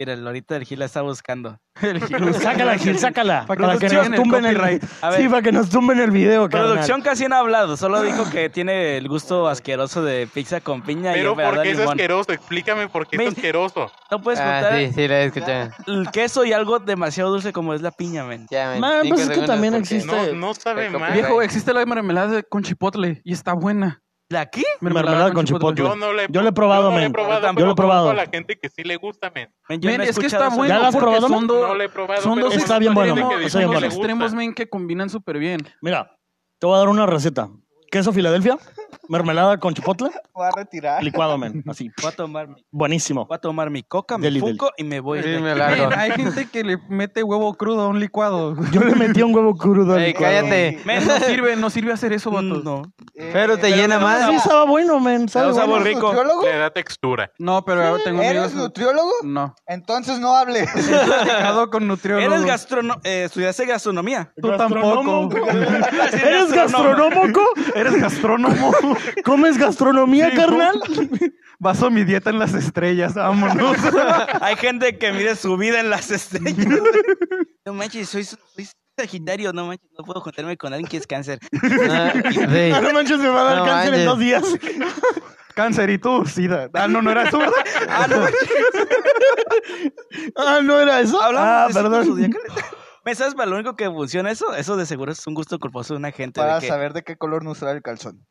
A: Mira, el Lorito del Gil la está buscando.
C: El Gil.
B: Pues Sácala, Gil, sácala.
C: Para que
B: Para
C: nos
B: que
C: chinguen
B: nos
C: el
B: tumben el
C: copyright.
A: A ver.
B: Sí, para que nos tumben el video, carnal.
A: Producción casi no ha hablado, solo dijo que tiene el gusto asqueroso de pizza con piña y
F: Pero
A: un pedazo
F: ¿por
A: de
F: qué es
A: limón.
F: asqueroso? Explícame por qué
A: Men.
F: es asqueroso.
A: No puedes
E: Ah,
A: juntar
E: sí, sí, la he escuchado.
A: el queso y algo demasiado dulce como es la piña, men.
E: Ya, men,
B: Man,
E: cinco
B: pues es que
E: segundos,
B: también
E: porque-
A: este
B: existe.
F: No, no sabe
E: el
F: mal.
E: copyright.
C: Viejo, existe la mermelada de- con chipotle y está buena.
A: ¿La qué?
B: Mermelada con chipotle.
F: Yo no le,
B: Yo lo he probado,
F: yo no le he
B: men.
F: probado,
B: Yo lo he
F: pero conozco
B: probado.
F: a la gente que sí le gusta, men.
A: Men, yo
C: Men,
A: no he
C: es que
A: escuchado
C: está
A: esa-
C: bueno.
B: ¿Ya la has
C: porque
B: probado,
C: Son,
B: men?
C: dos-
F: No le he probado,
C: son
F: pero
C: dos
B: Está
F: conozco
B: bien
F: a
B: bueno,
F: gente
B: men.
C: extremos,
F: que
B: Está bien
F: sí
C: son dos
F: le
B: bueno.
F: gusta.
C: extremos, men, que combinan súper bien.
B: Mira, te voy a dar una receta. Queso Filadelfia, mermelada con chipotle,
D: Voy a retirar.
B: licuado, men. Así.
A: Voy a tomar mi,
B: Buenísimo.
A: voy a tomar mi coca, mi
B: Deli, deli.
A: fuco y me voy.
E: Sí,
A: de
E: me
A: aquí.
E: la- Claro.
C: Men, hay gente que le mete huevo crudo a un licuado.
B: Yo le metí un huevo crudo al
E: Ey,
B: licuado.
E: cállate.
A: Men,
C: No sirve, no sirve hacer eso, vato.
A: no.
D: eh,
E: Pero te llena
D: tenemos
E: más.
B: Sí,
D: a-
B: estaba bueno, men. sabe
A: un sabor
B: bueno.
A: rico.
D: nutriólogo?
F: Le da textura.
C: No, pero tengo
D: ¿Eres
C: amigos. Mm.
D: nutriólogo?
C: No.
D: Entonces no hables.
C: Platicado con nutriólogo.
A: Eres gastrono eh, estudiaste gastronomía.
C: Tú tampoco.
B: ¿Eres gastronómico?
C: Eres gastrónomo.
B: ¿Comes gastronomía,
C: Sí,
B: carnal?
C: Baso mi dieta en las estrellas. Vámonos.
A: Hay gente que mide su vida en las estrellas. No manches, soy, soy sagitario, no manches, no puedo juntarme con alguien que es cáncer.
E: Ah, sí.
B: No manches, me va a dar
E: No
B: cáncer en
E: manches.
B: dos días.
C: Cáncer y tú, sida. Ah, no, no era eso, ¿verdad?
A: Ah, no manches,
B: Ah, ¿no era eso?
A: hablamos
B: ah,
A: de signos
B: perdón.
A: zodiacales. ¿Me sabes para lo único que funciona eso? Eso de seguro es un gusto culposo de una gente. de
D: Para
A: que-
D: saber de qué color no usar el calzón.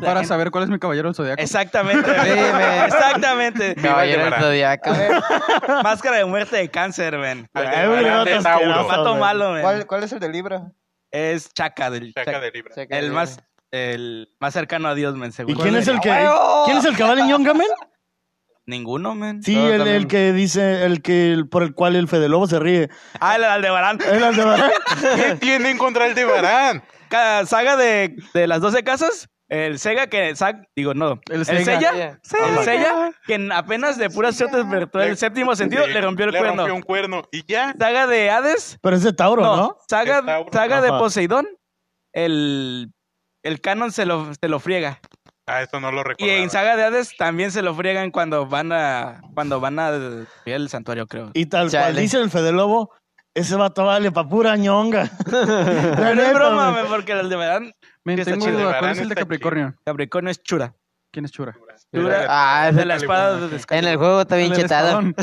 C: Para saber cuál es mi caballero del zodiaco.
A: Exactamente.
E: güey.
A: exactamente.
E: Caballero del
F: Barán.
E: Zodíaco.
D: A ver,
A: Máscara de muerte de cáncer, ven.
F: Al
B: Ay, güey,
F: Aldebarán
B: no,
F: de Tauro.
B: asqueroso.
A: Mato
B: ven.
A: malo,
D: ¿cuál,
A: ven.
D: cuál es el de Libra?
A: Es Chaca del
F: Chaca de Libra.
A: El más, el más cercano a Dios, men,
B: ¿Y
A: seguro.
B: quién es el que
D: ¡Huevo!
B: quién es el que va en Yonga, men?
A: Ninguno, men.
B: Sí,
E: No,
B: el, el
E: también.
B: que dice, el que el- por el cual el Fede Lobo se ríe.
A: Ah, el Aldebarán.
B: El Aldebarán.
F: ¿Qué tiene en contra Aldebarán?
A: Ca- Saga de, de las 12 casas. El Sega que... sa- digo, no.
C: El
A: El
C: Sega.
A: Sella. El
C: Sega.
A: Sella que apenas de pura suerte despertó el
F: Le-
A: séptimo sentido. Le rompió el cuerno.
F: rompió un cuerno. Y ya.
A: Saga de Hades.
B: Pero es de Tauro, ¿no?
A: No. Saga,
F: El Tauro.
A: saga de
B: Ajá.
A: Poseidón. El... El canon se lo, se lo friega.
F: Ah, eso no lo recuerdo.
A: Y en Saga de Hades también se lo friegan cuando van a... Cuando van al el santuario, creo.
B: Y tal cual
E: Chale.
B: dice el Fede Lobo, ese vato vale pa' pura ñonga. La
A: Pero es
B: neta,
A: broma,
B: güey.
A: men, porque el Aldebarán...
C: Men,
A: Está
C: tengo
A: chido.
C: duda. ¿Cuál
F: Aldebarán
C: es el de
F: está
C: Capricornio?
A: Capricornio es Chura.
C: ¿Quién es Chura?
A: Chura
E: Ah, es
A: de
E: el-
A: la espada de
E: en el juego está bien
C: El
E: chetado.
C: espadón.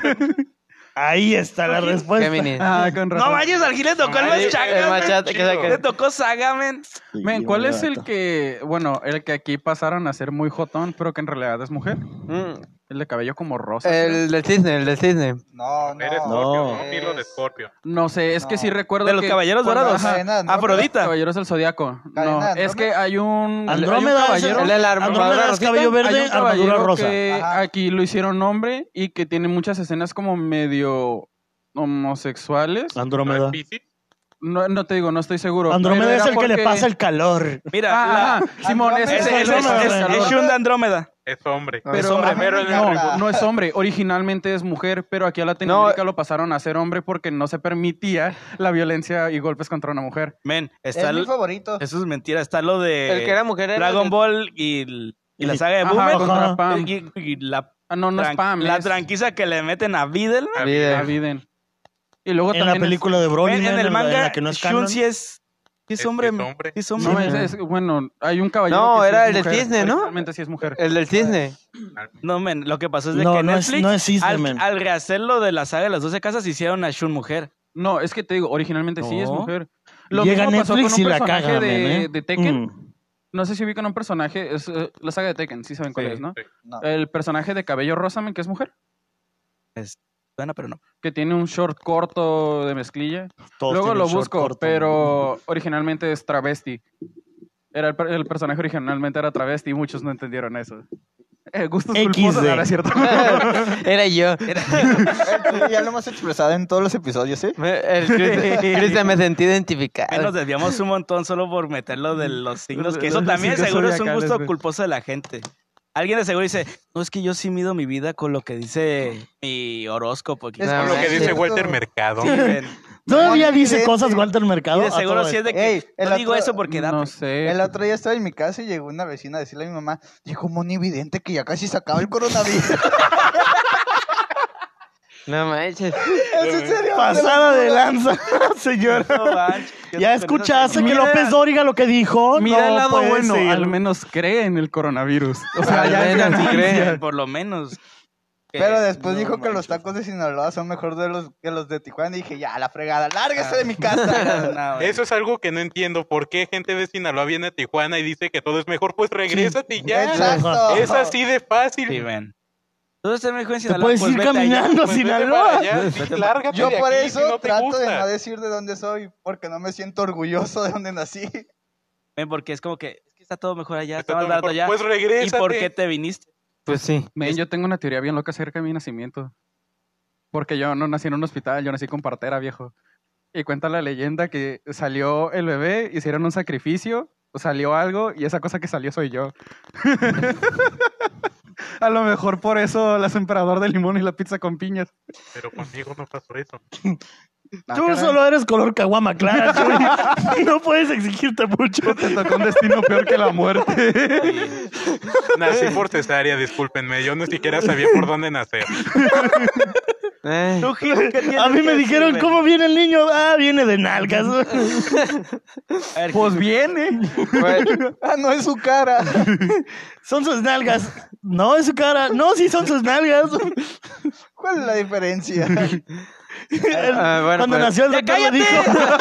B: Ahí está la respuesta.
E: Géminis.
C: Ah, con razón.
A: No vayas, al le tocó el
F: No,
A: más
F: sí,
A: chaga.
E: el
A: men.
E: más chaga que saca.
A: Le tocó saga, men.
B: Sí,
C: Men, ¿cuál
B: vale,
C: es el
B: vato.
C: que, bueno, el que aquí pasaron a ser muy jotón, pero que en realidad es mujer?
E: Mm,
C: El de cabello como rosa.
E: El del cisne, el del cisne.
D: No, no.
F: Eres
B: No.
F: Scorpio, no. Milo de Scorpio.
C: No sé, es que
D: No.
C: sí recuerdo
A: De los
C: que
A: caballeros
C: cuando-
A: dorados.
C: Ajá, Ah,
D: Cadena de Andrómeda.
A: Afrodita.
C: Caballeros del Zodiaco. No,
D: Cadena de
C: es que
D: Andrómeda.
C: hay un... hay un
B: Andrómeda es el,
C: caballero-
E: el de la armadura
B: Andrómeda es
E: rosita.
B: cabello
C: Hay
B: verde,
C: un
B: armadura
C: caballero
B: rosa.
C: que
D: Ajá.
C: aquí lo hicieron hombre y que tiene muchas escenas como medio homosexuales.
F: ¿No
B: Andrómeda.
F: es Piscis?
C: No, no te digo, no estoy seguro.
B: Andrómeda
C: Pero
B: es
C: era
B: el que le
C: porque-
B: pasa el calor.
A: Mira,
C: Ah,
A: la-
C: ah, Simón,
D: Andrómeda
A: es,
C: ese
A: es, es,
B: Andrómeda,
A: es-
B: Andrómeda.
A: es Shun de Andrómeda.
F: Es hombre.
C: Pero,
D: Es hombre.
F: Pero en la
C: no,
D: tribu.
C: no es hombre, originalmente es mujer, pero aquí a Latinoamérica lo pasaron a ser hombre porque no se permitía la violencia y golpes contra una mujer.
A: Men,
D: Es
A: está
D: mi
A: el-
D: favorito.
A: eso es mentira. Está lo de
E: El que era mujer era
A: Dragon
E: el-
A: Ball y, el- y la saga de
C: Ajá,
A: Boomer.
C: contra
B: Ajá.
C: Pam.
A: Y, y la,
C: Ah, no, no es
A: tran-
C: Pam,
A: la
C: es-
A: tranquiza que le meten a Videl.
E: Ah,
C: a
E: mira.
C: Biden. Y luego
B: En la
C: también es-
B: película de Broly,
A: Men,
B: men,
A: en el
B: la-
A: manga,
B: la que no es
A: Shun
B: canon.
A: sí es, sí es
F: Es-
A: hombre.
F: es
A: men.
F: hombre.
A: Sí es hombre.
C: No,
A: men.
C: es- es- bueno, hay un caballero.
E: No,
C: que sí
E: era
C: es
E: el de
C: mujer,
E: Disney, ¿no?
C: originalmente sí es mujer.
E: El del cisne.
A: No, men, lo que pasó es de
B: No,
A: que
B: no es-
A: Netflix,
B: no es cisne, men.
A: al, al rehacer lo de la saga de las 12 casas, hicieron a Shun mujer.
C: No, es que te digo, originalmente sí es
A: No.
C: mujer.
B: Llega Netflix y la
C: personaje
B: caga,
C: de,
B: men, ¿eh?
C: de Tekken.
B: Mm.
C: No sé si ubican un personaje, es eh, la saga de Tekken, sí saben cuál
A: Sí,
C: es, ¿no?
F: sí.
D: No.
C: El personaje de cabello rosa, men, que es mujer,
A: Bueno, pero no.
C: que tiene un short corto de mezclilla.
B: Todos
C: Luego
B: tienen
C: lo
B: short
C: busco,
B: corto,
C: pero originalmente es travesti. Era el, per- el personaje originalmente era travesti y muchos no entendieron eso. Eh, gustos culposos,
B: XD.
C: ahora es cierto.
E: Era yo.
D: ya lo hemos expresado en todos los episodios, ¿eh?
E: Me- El Cristian Cristian me sentí
A: Men,
E: identificado.
A: nos desviamos un montón solo por meterlo de los signos, que eso
C: Los
A: también
C: signos
A: seguro es un
C: zodiacales,
A: gusto
C: güey.
A: culposo de la gente. Alguien de seguro dice, no, es que yo sí mido mi vida con lo que dice mi horóscopo. aquí".
D: Es
E: No,
F: Con lo que
E: es
F: dice
D: cierto.
F: Walter Mercado.
A: Sí, men.
B: Todavía
D: Money
B: dice
D: Clip,
B: cosas
D: sí.
B: Walter Mercado.
A: Y de
B: a
A: seguro
B: todo
A: sí es de que...
D: Ey, el
A: no digo
D: otro-
A: eso porque da...
C: No sé.
F: Eh,
D: El otro día estaba en mi casa y llegó una vecina a decirle a mi mamá, dijo monividente que ya casi se acaba el coronavirus.
E: No
D: ¿Es
E: manches.
F: Eh,
D: en serio?
B: esto. Pasada de lanza, señora.
A: No manches, yo
B: ¿Ya
A: no conozco-
B: escuchaste que
C: Mira-
B: López Dóriga lo que dijo?
C: Mira
B: No pues,
C: el lado
B: puede
C: bueno,
B: ser.
C: al menos cree en el coronavirus. O sea,
E: Al
C: ya es
E: menos
C: ganancia.
E: cree.
A: Por lo menos. Que-
D: Pero después
A: no
D: dijo que los
A: manches.
D: tacos de Sinaloa son mejor de los, que los de Tijuana y dije, ya, la fregada, lárguese de mi
F: Ah.
D: casa.
A: No,
F: Eso es algo que no entiendo. ¿Por qué gente de Sinaloa viene a Tijuana y dice que todo es mejor? Pues regrésate y ya.
D: Exacto.
F: Es así de fácil.
A: Sí, men. Tú estás mejor en
B: Te
A: Sinaloa,
B: puedes
A: pues
B: ir
A: vete allá.
B: caminando a
F: Pues vete para
B: Sinaloa.
F: allá, sí, lárgate
D: Yo
F: de
D: por
F: aquí
D: eso
F: si no te
D: trato de
F: gusta.
D: no decir de dónde soy, porque no me siento orgulloso de dónde nací.
A: Men, porque es como que, es que está todo mejor allá, está
F: Está
A: más
F: todo
A: barato
F: mejor.
A: allá.
F: Pues
A: ¿Y
F: regrésate.
A: por qué te viniste?
E: Pues sí.
C: Men, yo tengo una teoría bien loca acerca de mi nacimiento. Porque yo no nací en un hospital, yo nací con partera, viejo. Y cuenta la leyenda que salió el bebé, hicieron un sacrificio, o salió algo y esa cosa que salió soy yo. A lo mejor por eso las emperador de limón y la pizza con piñas.
F: Pero conmigo no pasó eso.
B: Tú solo eres color caguama clara, Chuy. No puedes exigirte mucho.
C: Te tocó un destino peor que la muerte.
F: Nací por cesárea, discúlpenme. Yo ni siquiera sabía por dónde nacer.
E: Eh,
A: Tú, Gil, ¿qué tienes
B: A mí me
A: que
B: dijeron,
A: decirme?
B: ¿cómo viene el niño? Ah, viene de nalgas.
A: A ver,
C: Pues viene.
E: güey,
D: Ah, no es su cara.
B: Son sus nalgas. No, es su cara. No, sí, son sus nalgas.
D: ¿Cuál es la diferencia?
B: El-
E: ah, bueno,
B: Cuando
E: pues-
B: nació el
A: ¡Ya
B: doctor me
A: cállate!
B: dijo.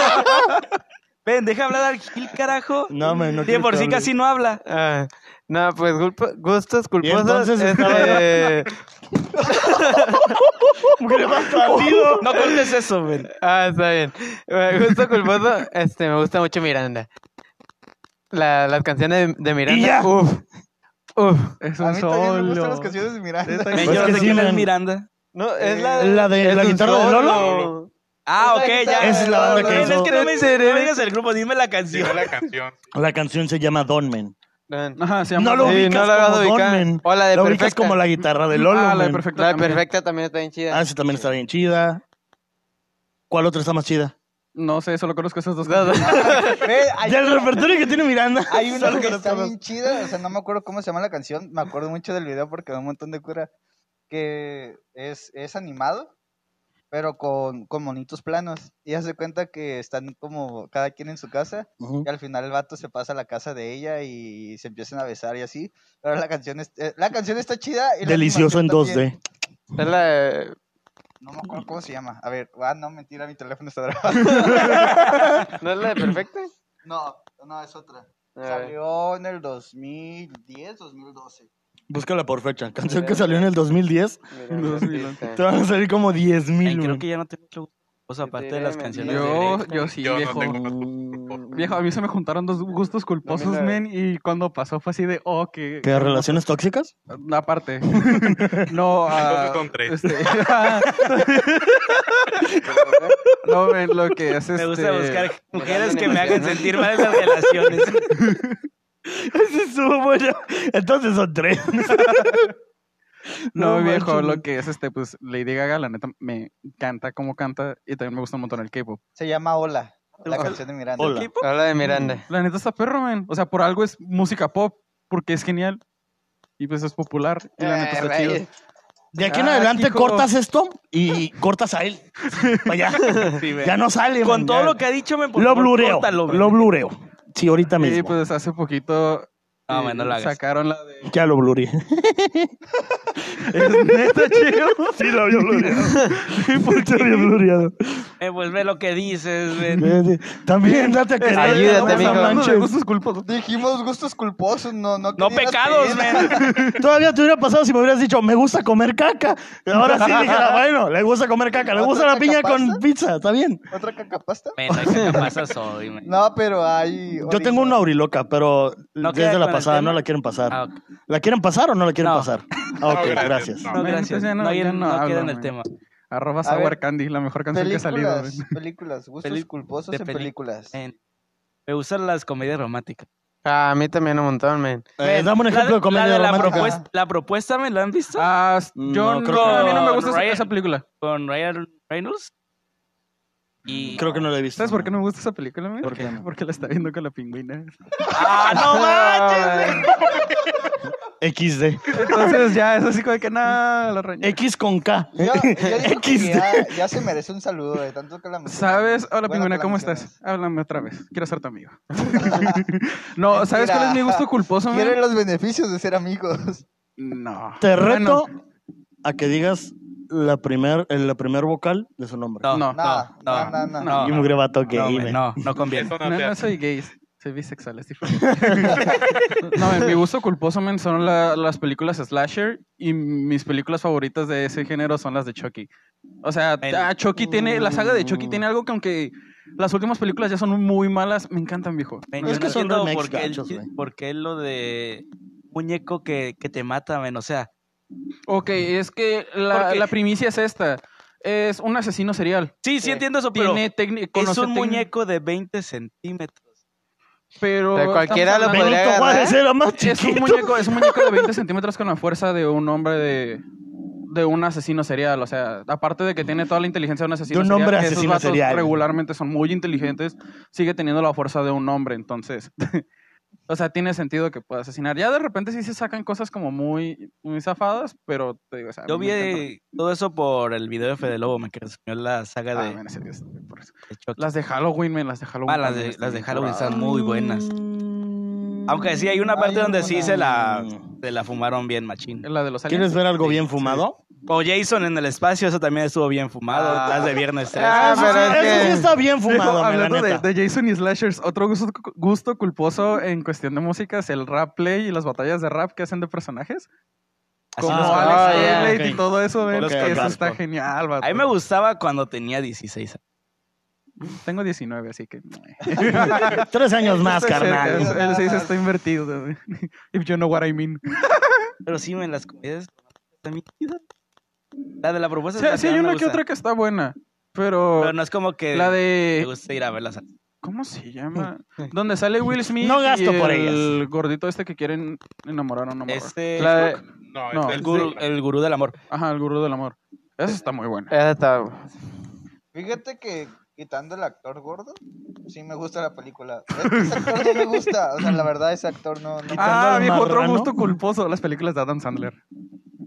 A: Ven, deja hablar al Gil, carajo.
B: No, man, no
A: De
B: quiero
A: por
B: que
A: sí
B: hable.
A: casi no habla.
E: ah, no, pues culpa-
C: Pues,
E: gustos culposos.
B: entonces
C: eh,
B: estaba-
E: este,
B: Mujer más bandido.
A: No contes eso, ven.
B: Pues
E: Ah, está bien. Eh, Gusto culposo, este, me gusta mucho Miranda. La- las canciones de, de Miranda.
B: ya.
E: Uf. Uf.
C: Es
D: A
C: un
D: mí también me
C: solo.
D: gustan las canciones de
A: Ven,
D: Miranda.
B: Pues
A: yo no
B: que
A: sé
B: sí,
A: quién es
B: man.
A: Miranda.
E: No, es la,
B: Eh, La de-
E: es
B: la
E: un
B: guitarra de
E: solo.
B: Lolo.
A: Ah, ok, ya.
B: Esa es la banda que
A: Ven,
B: hizo.
A: es que no me, no me digas el grupo, dime la
F: Sí,
A: canción.
F: fue la canción.
B: La canción se llama Don Man.
E: No,
C: Ajá, se llama.
B: No lo
E: Sí,
B: ubicas
E: no la vas a
B: como Don
E: ubicar.
B: Man.
E: O la de
B: la ubicas
E: Perfecta.
B: como la guitarra de Lolo.
C: Ah, la
B: man.
C: de perfecta.
E: La de
C: también.
E: perfecta también está bien chida.
B: Ah, esa también está bien chida. ¿Cuál otra está más chida?
C: No sé, solo conozco esas dos.
D: Ve, hay,
B: Del repertorio que tiene Miranda.
D: hay una
B: Solo
D: que
B: conozco
D: está
B: dos.
D: bien chida. O sea, no me acuerdo cómo se llama la canción. Me acuerdo mucho del video porque da un montón de cura. Que es, es animado, pero con, con monitos planos. Y hace cuenta que están como cada quien en su casa.
B: Ujú.
D: Y al final el vato se pasa a la casa de ella y se empiezan a besar y así. Pero la canción, es- eh, la canción está chida. Y la
B: Delicioso en
D: animación también.
B: 2D.
E: Es la de-
D: No me acuerdo cómo se llama. A ver, ah, no, mentira, mi teléfono está grabado.
E: ¿No es la de perfecta?
D: No, no, es otra.
E: A ver.
D: Salió en el 2010, 2012.
B: Búscala por fecha. Canción que salió en el 2010.
E: Miranda,
C: Dos mil
E: artista.
B: Te van a salir como 10
A: Ven,
B: mil.
A: creo que ya no tengo mucho gusto. O sea,
E: Yo
A: aparte
E: diré,
A: de las
E: man,
A: canciones. de
C: Yo,
A: Drake.
C: yo sí,
F: Yo no
C: viejo.
F: tengo-
C: Viejo, a mí se me juntaron dos gustos culposos,
E: También
C: men,
E: la-
C: y cuando pasó fue así de, oh, que...
B: ¿Qué, relaciones tóxicas?
C: La parte. no, ah,
F: Entonces son tres.
C: este, no, men, lo que es este...
A: Me gusta buscar mujeres
E: Miranda
A: que me hagan
E: Animación, ¿no?
A: sentir mal en las relaciones.
B: Ese estuvo bueno. Entonces son tres.
C: No,
B: No
C: viejo,
B: manches,
C: lo
B: men.
C: que es este, pues, Lady Gaga, la neta, me canta como canta, y también me gusta un montón el K-pop.
D: Se llama Hola, la
A: Hola.
D: canción de Miranda.
B: Hola.
E: Habla de Miranda.
C: La neta está perro, men. O sea, por algo es música pop, porque es genial. Y pues es popular. Y la neta está
E: Eh,
C: chido.
E: güey.
B: De aquí en
C: Ah,
B: adelante
C: hijo.
B: cortas esto y cortas a él. Vaya. ya no sale.
A: Con
B: man,
A: todo
B: ya.
A: lo que ha dicho, pues me
B: Lo blureo. Lo blureo. Sí, ahorita
C: Y
B: mismo.
C: pues hace poquito
A: No,
C: eh,
A: men, no lo hagas.
C: sacaron la de...
B: Ya lo blureé.
C: ¿Es neta, chido?
B: Sí, lo había blureado. ¿Por qué había blureado?
A: Eh, pues ve lo que dices, ven.
B: Ve, ve. También date a querer.
E: Ayúdate,
B: no
E: mijo.
B: manches.
C: de gustos culposos.
D: Dijimos gustos culposos, no, no.
A: No
D: querías
A: pecados,
D: pedir.
A: ven.
B: Todavía te hubiera pasado si me hubieras dicho, me gusta comer caca. Ahora sí dijera, bueno, le gusta comer caca, le
D: ¿Otra
B: gusta la
D: caca
B: piña con
D: pasa?
B: pizza, está bien.
D: ¿Otra cacapasta?
A: Ven, ay, ¿qué te pasa hoy, men?
D: No, pero hay.
B: Yo tengo una auriloca, pero
A: No queda
B: desde
A: con
B: la
A: el
B: pasada
A: tema.
B: no la quieren pasar.
A: Ah, ok.
B: ¿La quieren pasar o no la quieren
A: No.
B: pasar? Ah, ok,
F: No, gracias.
B: gracias.
F: No.
A: No,
C: men,
A: gracias.
C: entonces ya
A: No,
C: no-
A: ya
C: ya
A: no
C: no hablo,
A: queda en el
C: men.
A: tema.
C: Arroba
D: A ver,
C: Sour Candy, la mejor canción que ha salido.
D: Películas,
C: güey.
D: películas, gustos
A: Peli-
D: culposos
A: de
D: en
A: peli- eh.
D: películas.
A: Ven. Me gustan las comedias románticas. Pues,
E: Ah, a mí también un montón, man.
B: Eh, dame un
A: La
B: ejemplo de comedia
A: la de la
B: romántica.
A: propuesta, la propuesta, ¿me la han visto?
C: Ah,
B: No,
C: yo no,
B: creo que
C: a mí no me
A: no.
C: gusta esa,
A: Ryan.
C: esa película.
A: Con Ryan Reynolds. Y...
B: Creo que no la he visto.
C: ¿Sabes por qué no me gusta esa película, men?
B: ¿Por qué no?
C: Porque la está viendo con la pingüina.
A: ¡Ah, no manches! güey!
B: XD.
C: Entonces ya es así como que nada, la reñé.
B: X con K.
D: Yo- yo digo que
B: XD.
D: ya, ya se merece un saludo de tanto que la mencioné.
C: ¿Sabes? Hola,
D: Bueno,
C: pingüina,
D: que la
C: ¿cómo
D: mencioné.
C: estás? Háblame otra vez. Quiero ser tu amigo. no, ¿sabes cuál es mi gusto culposo, men?
D: Quieren los beneficios de ser amigos.
C: No.
B: Te reto
C: Bueno,
B: a que digas la primer, el- la primer vocal de su nombre.
A: No,
C: No,
A: no, no,
D: no, no, no.
B: y mugre vato que
A: no,
B: dime.
A: güey, no, no conviene.
F: Eso no,
C: No,
F: te
C: no
F: hace.
C: soy gay, soy bisexual, es diferente. no, men, mi gusto culposo, men, son la- las películas slasher y mis películas favoritas de ese género son las de Chucky. O sea,
A: El-
C: ah, Chucky tiene, la saga de Chucky tiene algo que aunque las últimas películas ya son muy malas, me encantan, viejo.
A: Men,
B: Es
A: yo
B: que
A: no
B: son
A: entiendo
B: remakes
A: por qué, el-
B: gachos, güey.
A: por qué lo de muñeco que, que te mata, men. O sea,
C: Ok, es que la,
A: Porque-
C: la primicia es esta. Es un asesino serial.
A: sí, sí, entiendo eso, pero
C: Tiene técnica.
A: es un muñeco de 20 centímetros.
C: Pero.
E: sea, cualquiera
C: estamos
E: lo
C: hablando-
E: podría-
B: Benito Juárez
E: agarrar?
B: era más
C: Es un,
B: chiquito.
C: muñeco, es un muñeco de 20 centímetros con la fuerza de un hombre de. De un asesino serial, o sea, aparte de que tiene toda la inteligencia de un asesino
B: De un
C: serial,
B: hombre
C: que
B: asesino
C: esos vatos
B: serial.
C: regularmente son muy inteligentes, sigue teniendo la fuerza de un hombre, entonces, o sea, tiene sentido que pueda asesinar. Ya de repente sí se sacan cosas como muy, muy zafadas, pero te digo, o sea, a
A: Yo
C: mí me encanta.
A: vi todo eso por el video de Fede Lobo, me que resumió la saga
C: Ah,
A: de,
C: man, en serio, es- por eso.
A: de Chucky.
C: Las de Halloween, men, las de Halloween.
A: Ah, las
C: también
A: de-
C: están
A: las de
C: bien
A: Halloween
C: curadas.
A: están muy buenas. Aunque sí hay una parte
D: Hay
A: donde sí se la,
B: alguna-
A: se la fumaron bien machín.
C: La de los aliens.
B: ¿Quieres ver algo
C: Sí,
B: bien
C: sí.
B: fumado?
A: O Jason en el espacio, eso también estuvo bien fumado.
D: Ah.
A: Las de Viernes 13.
E: Ah,
B: Eso
E: pero
B: sí-
E: es
B: eso
E: que-
B: sí está bien
C: Digo,
B: fumado, men, la
C: hablando de,
B: neta.
C: de Jason y Slashers, otro gusto, gusto culposo en cuestión de música es el rap play y las batallas de rap que hacen de personajes.
A: Así
C: como
A: nos
B: ah,
A: conocimos.
C: Alex
B: ya,
C: Aylade
B: ok.
C: y todo eso, ven,
B: Ok,
C: que eso
B: ok.
C: está genial, vato.
A: A mí me gustaba cuando tenía 16 años.
C: Tengo 19, así que...
B: Tres años más,
C: Estoy cerca,
B: Ah, carnal.
C: El 6 está invertido. If you know what I mean.
A: Pero sí, en las comedias están bien chidas. La de la propuesta.
C: Sí, sí hay
A: social me
C: una que
A: gusta,
C: otra que está buena, pero...
A: Pero no es como
B: eh,
A: que
C: la
A: me
C: de...
A: gusta ir a verlas.
C: ¿Cómo se llama? Donde sale Will Smith
B: No gasto
C: y
B: por
C: el gordito este que quieren enamorar a una morra.
A: Este,
E: La de-
F: No,
C: No,
F: es
A: el,
F: del
A: gurú, el gurú del amor.
C: Ajá, el gurú del amor. Esa está muy buena.
E: Esa está-
D: Fíjate que quitando el actor gordo, sí me gusta la película. Este actor no me gusta. O sea, la verdad, ese actor no. no-
B: Ah,
C: Ah,
B: al
C: viejo, otro
B: marrano.
C: gusto culposo. Las películas de Adam Sandler.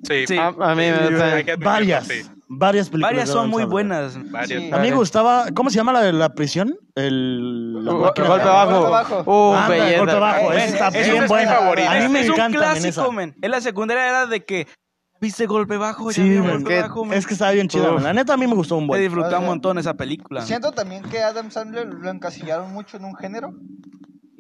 F: Sí.
A: Sí.
E: A, a mí me
F: Sí,
E: gusta.
F: hay que admitirlo,
B: Varias.
F: sí,
B: Varias películas.
A: Varias
B: de
A: son
B: Adam
A: muy
B: Sandler.
A: buenas.
F: varias.
D: Sí.
B: A mí me gustaba. ¿Cómo se llama la de la prisión? El. la máquina
E: Go-
B: de-
E: golpe
D: Golpe
E: bajo.
D: bajo.
C: Oh,
E: Uh,
B: Anda,
E: belleza.
B: golpe bajo.
D: Eh,
B: Esa está
D: esa es
B: bien
D: mi
B: buena.
F: favorita.
B: A mí me
A: es
B: encanta.
A: un
B: men,
A: clásico,
B: esa.
A: men. En la secundaria era de que viste golpe bajo,
B: Sí,
A: ya había
B: men,
A: golpe
E: que-
A: bajo, men.
B: Es que estaba bien chida.
E: Uf.
B: men. La neta a mí me gustó un
A: He
B: buen.
A: disfrutado
D: O
A: un
D: sea,
A: montón esa película.
D: Siento también que Adam Sandler lo encasillaron mucho en un género.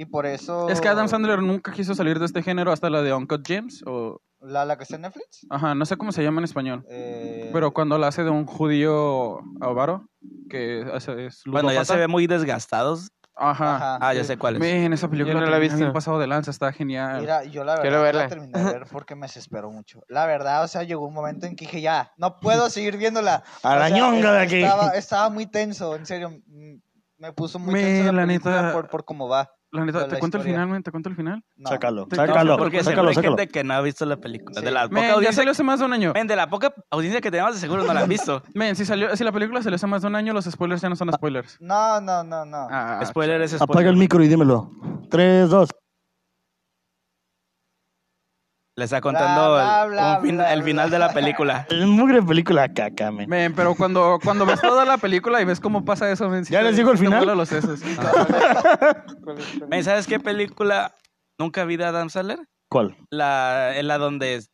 D: Y por eso.
C: Es que Adam Sandler nunca quiso salir de este género hasta la de Uncut James. O...
D: La, la que está en Netflix.
C: Ajá, no sé cómo se llama en español.
D: eh,
C: Pero cuando la hace de un judío avaro, que hace- es
A: Bueno, ya
C: ludópata.
A: se ve muy desgastados.
C: Ajá.
D: Ajá.
A: Ah, ya sé cuál es.
C: Men, esa película
E: Yo no la he
C: también
E: visto.
C: bien pasado de lanza, está genial.
D: Mira, yo la verdad
E: Quiero
D: no la
E: verla.
D: terminé de ver porque me desesperó mucho. La verdad, o sea, llegó un momento en que dije, ya, no puedo seguir viéndola.
B: A la
D: O sea,
B: ñonga de aquí.
D: Estaba, estaba muy tenso, en serio. mm, Me puso muy
C: Me,
D: tenso
C: la
D: la película
C: neta-
D: por, por cómo va.
C: La neta,
D: Toda
C: ¿te
D: la
C: cuento el
D: historia.
C: final, men? ¿Te cuento el final?
D: No.
B: Sácalo,
C: No,
B: sácalo,
A: porque siempre
B: sácalo,
A: hay
B: sácalo.
A: gente que no ha visto la película.
D: Sí.
A: De la
C: Men,
A: poca
C: ya
A: audiencia.
C: salió hace más de un año.
A: men, de la poca audiencia que tenemos, de seguro no la han visto.
C: Men, si, salió, si la película salió hace más de un año, los spoilers ya no son spoilers.
D: No, no, no, no.
C: Ah,
A: Spoiler es spoiler.
B: Apaga el micro y dímelo. Tres, dos.
A: Le está contando
D: Bla,
A: el,
D: bla,
A: un fin-
D: bla,
A: el final de la película.
B: Es mugre película caca, men.
C: Men, pero cuando, cuando ves toda la película y ves cómo pasa eso, men, sí
B: ¿Ya
C: te-
B: les digo el
C: te
B: final?
C: vuela los sesos.
A: Men, ¿Sabes qué película nunca vi de Adam Sandler?
B: ¿Cuál?
A: La, en la donde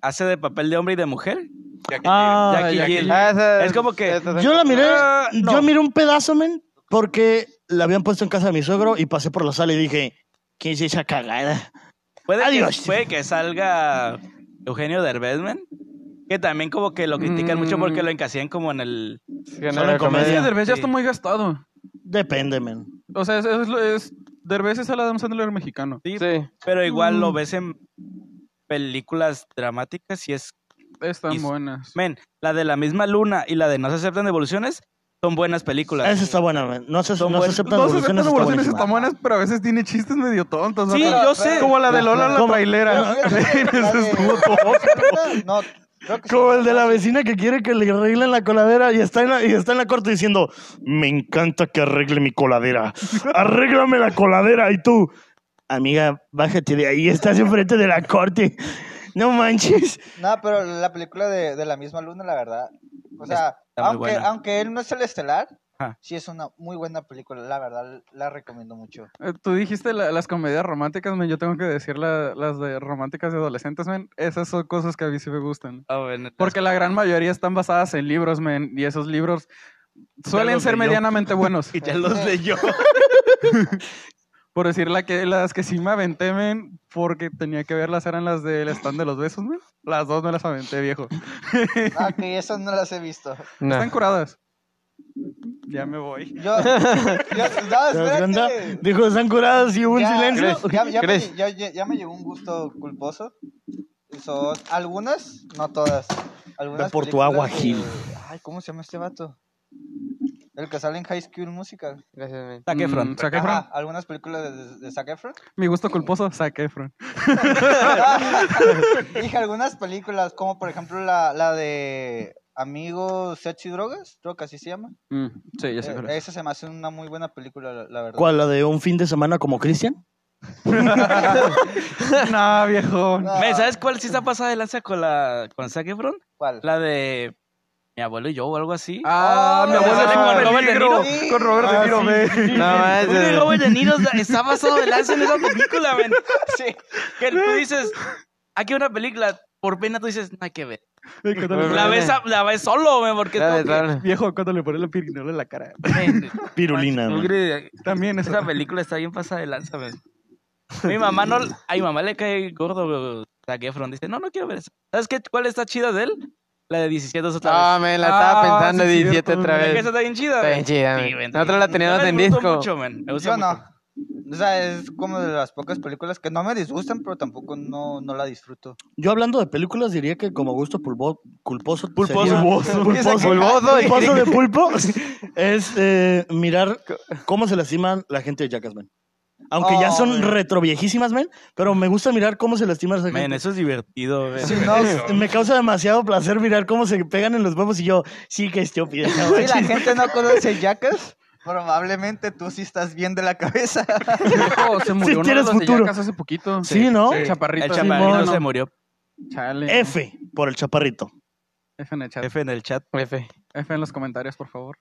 A: hace de papel de hombre y de mujer.
F: Jackie
B: Ah,
A: Jackie
C: Jackie
A: Jill.
C: Jill.
E: Ah, esa-
A: Es como que-
E: esa-
B: Yo la miré,
A: Ah, no.
B: yo miré un pedazo, men, porque la habían puesto en casa de mi suegro y pasé por la sala y dije, ¿qué es esa cagada?
A: Puede,
B: Adiós.
A: Que, puede que salga Eugenio Derbez, men, Que también como que lo critican mucho porque lo
C: Mm.
A: encasillan como en el...
E: Sí,
B: Solo en
E: no,
C: Es que
B: comedia.
E: comedia.
C: Derbez ya
A: Sí.
C: está muy gastado.
B: Depende, men.
C: O sea, es, es, lo- es- Derbez es el Adam Sandler mexicano.
A: Sí,
E: Sí.
A: Pero igual
C: Mm.
A: lo ves en películas dramáticas y es...
C: Están
A: Y-
C: buenas.
A: Men, la de La misma luna y la de No se aceptan devoluciones son buenas películas.
B: Esa está buena, men. No se,
A: Son
B: no se
A: buen-
B: aceptan
C: No se
B: devoluciones,
C: aceptan
B: está
C: evoluciones
B: buenísima.
C: están buenas, pero a veces tiene chistes medio tontos.
A: Sí,
C: ¿verdad?
A: yo sé.
C: Como la de Lola la
B: ¿Cómo?
C: trailera.
D: La de- No, creo que se
B: Como
D: llama-
B: el de la vecina que quiere que le arreglen la coladera y está en la, y está en la corte diciendo, me encanta que arregle mi coladera. Arréglame la coladera y tú, amiga, bájate de ahí, estás enfrente de la corte. No manches.
D: No, pero la película de, de la misma luna, la verdad. O sea,
A: muy
D: aunque,
A: buena.
D: aunque él no es el estelar,
A: Ajá.
D: sí es una muy buena película. La verdad, la recomiendo mucho.
C: Eh, Tú dijiste la- las comedias románticas, men. Yo tengo que decir la- las de románticas de adolescentes, men. Esas son cosas que a mí sí me gustan.
A: Ah, bueno,
C: Porque la gran mayoría están basadas en libros, men. Y esos libros suelen
A: los
C: ser
A: leyó.
C: medianamente buenos.
A: ya los leyó.
C: Por decir la que, las que sí me aventé, men, porque tenía que verlas, eran las del stand de los besos, men. Las dos me las aventé, viejo.
D: Ah, que esas no las he visto.
E: No.
C: Están curadas. Ya me voy.
D: Yo. yo no,
B: ¿Te das cuenta?
D: espérate.
B: Dijo, están curadas y hubo un
D: Ya,
B: silencio.
D: Ya, ya me,
E: ¿Crees?
D: ya- ya- ya me llegó un gusto culposo. Son algunas, no todas. Algunas
B: Ve por tu
D: películas
B: agua,
D: de-
B: Gil.
D: Ay, ¿cómo se llama este vato? El que sale en High School Musical.
E: Gracias, men.
A: Zac Efron.
C: Mm, Zac Efron.
D: Ajá, algunas películas de, de, de Zac Efron.
C: Mi gusto culposo, Zac Efron.
D: Dije algunas películas, como por ejemplo la, la de Amigos, Sexo y Drogas, creo que así se llama.
C: Mm, sí, ya sé
D: Eh,
C: cuál es.
D: esa se me hace una muy buena película, la, la verdad.
B: ¿Cuál? ¿La de un fin de semana como Cristian?
C: no, viejo.
D: No,
A: Men, ¿Sabes cuál sí está pasada de lanza con, la, con Zac Efron?
D: ¿Cuál?
A: La de mi abuelo y yo o algo así.
C: Ah, mi
D: Ah,
C: abuelo
D: sale
C: con
D: con
C: Robert De
A: Peligro.
C: Niro.
D: Sí.
C: Con Robert
B: Ah,
C: De Niro,
B: sí,
C: ve.
E: No más.
A: Uy, Robert De Niro está- está pasado de lanza en esa película, men.
D: Sí.
A: Que tú dices, aquí hay una película, por pena tú dices, nada que ver.
E: Pues,
A: La ves, a- la ves solo, men, porque...
E: Dale,
A: es como
E: dale.
C: Viejo, cuando le pones la pirinola en la cara.
A: que- Men,
B: Pirulina.
A: Max
B: güey.
A: Ulgrid,
C: También eso.
A: Esa película está bien pasada de lanza, men. Mi mamá no... A mi mamá le cae gordo, güey, Zac Efron. Dice, no, no quiero ver eso. ¿Sabes qué, cuál está chida de él? La de 17 otra vez.
E: Ah, men, la
C: Ah,
E: estaba pensando
C: sí,
E: 17
C: cierto,
E: otra
A: Mira que
E: vez.
A: esa está bien chida.
E: Está
A: men.
E: bien chida,
A: Sí,
E: men.
A: men.
E: Nosotros la teníamos
A: Yo la
E: en
A: disfruto
E: disco.
A: mucho, men. Me gusta
D: Yo
A: mucho.
D: no. O sea, es como de las pocas películas que no me disgustan, pero tampoco no, no la disfruto.
B: Yo hablando de películas diría que como gusto pulpo- culposo.
A: Pulposo.
B: sería-
A: Pulposo.
B: Pulposo.
E: Pulposo y-
B: Pulposo de pulpo. Es eh, mirar cómo se lastiman la gente de Jackass, men. Aunque ya
D: Oh,
B: son
D: men.
B: retroviejísimas, men. Pero me gusta mirar cómo se lastiman esa gente.
A: Men, eso es divertido, men.
D: Sí, no,
F: Eso.
B: Me causa demasiado placer mirar cómo se pegan en los huevos y yo, sí, que estúpido. no
D: Si la
B: manches.
D: gente no conoce Jackass, probablemente tú sí estás bien de la cabeza.
C: Viejo, se murió uno de
B: tienes
C: los de
B: futuro.
C: Jackass hace poquito.
B: Sí, ¿no?
C: El chaparrito.
A: El
C: sí,
A: chaparrito
C: mono.
A: se murió.
C: Chale. F.
B: F por el chaparrito.
C: en el chat. F.
A: F en el chat.
E: F.
C: en los comentarios, por favor.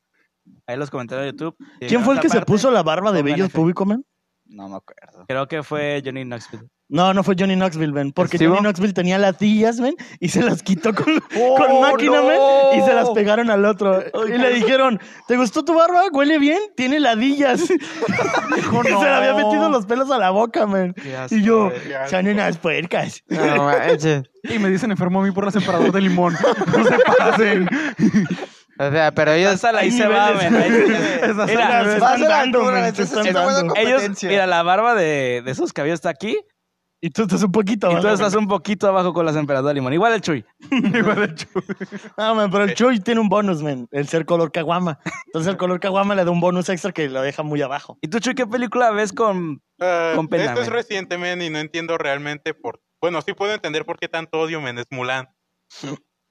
A: Ahí en los comentarios de YouTube.
B: ¿Quién fue el que se puso la barba de
A: pongan
B: bellos
A: F.
B: público, men?
D: No me acuerdo.
A: Creo que fue Johnny Knoxville.
B: No, no fue Johnny Knoxville, men. Porque
E: ¿Estivo?
B: Johnny Knoxville tenía latillas, men, y se las quitó con, con máquina,
C: no!
B: men, y se las pegaron al otro. Y le dijeron, ¿te gustó tu barba? Huele bien, tiene ladillas. y se le había metido los pelos a la boca, men. Y yo,
F: Qué asco.
B: son unas puercas.
E: No manches.
C: Y me dicen enfermo a mí por la separador de limón. No se pasen.
E: O sea, pero ellos.
A: Esa la
B: Hay
A: hice va,
B: niveles,
A: men. Ahí se- Mira,
B: Esas son las-
A: vas
B: están
D: a la
B: dando,
D: altura,
B: men,
D: les
B: se
D: estás
B: están
D: haciendo
B: dando.
D: buena
A: Ellos,
D: Competencia.
A: mira, la barba de, de sus cabellos está aquí.
B: Y tú estás un poquito
A: Y tú
B: abajo,
A: estás un poquito abajo con las emperadoras de limón. Igual el Chuy.
B: No, man, "Ah, pero el Chuy tiene un bonus, men. El ser color caguama. Entonces el color caguama le da un bonus extra que lo deja muy abajo.
A: ¿Y tú, Chuy, qué película ves con.?
F: Ah,
A: Con pena,
F: esto es
A: men.
F: reciente, men, y no entiendo realmente por... Bueno, sí puedo entender por qué tanto odio, men, es Mulan.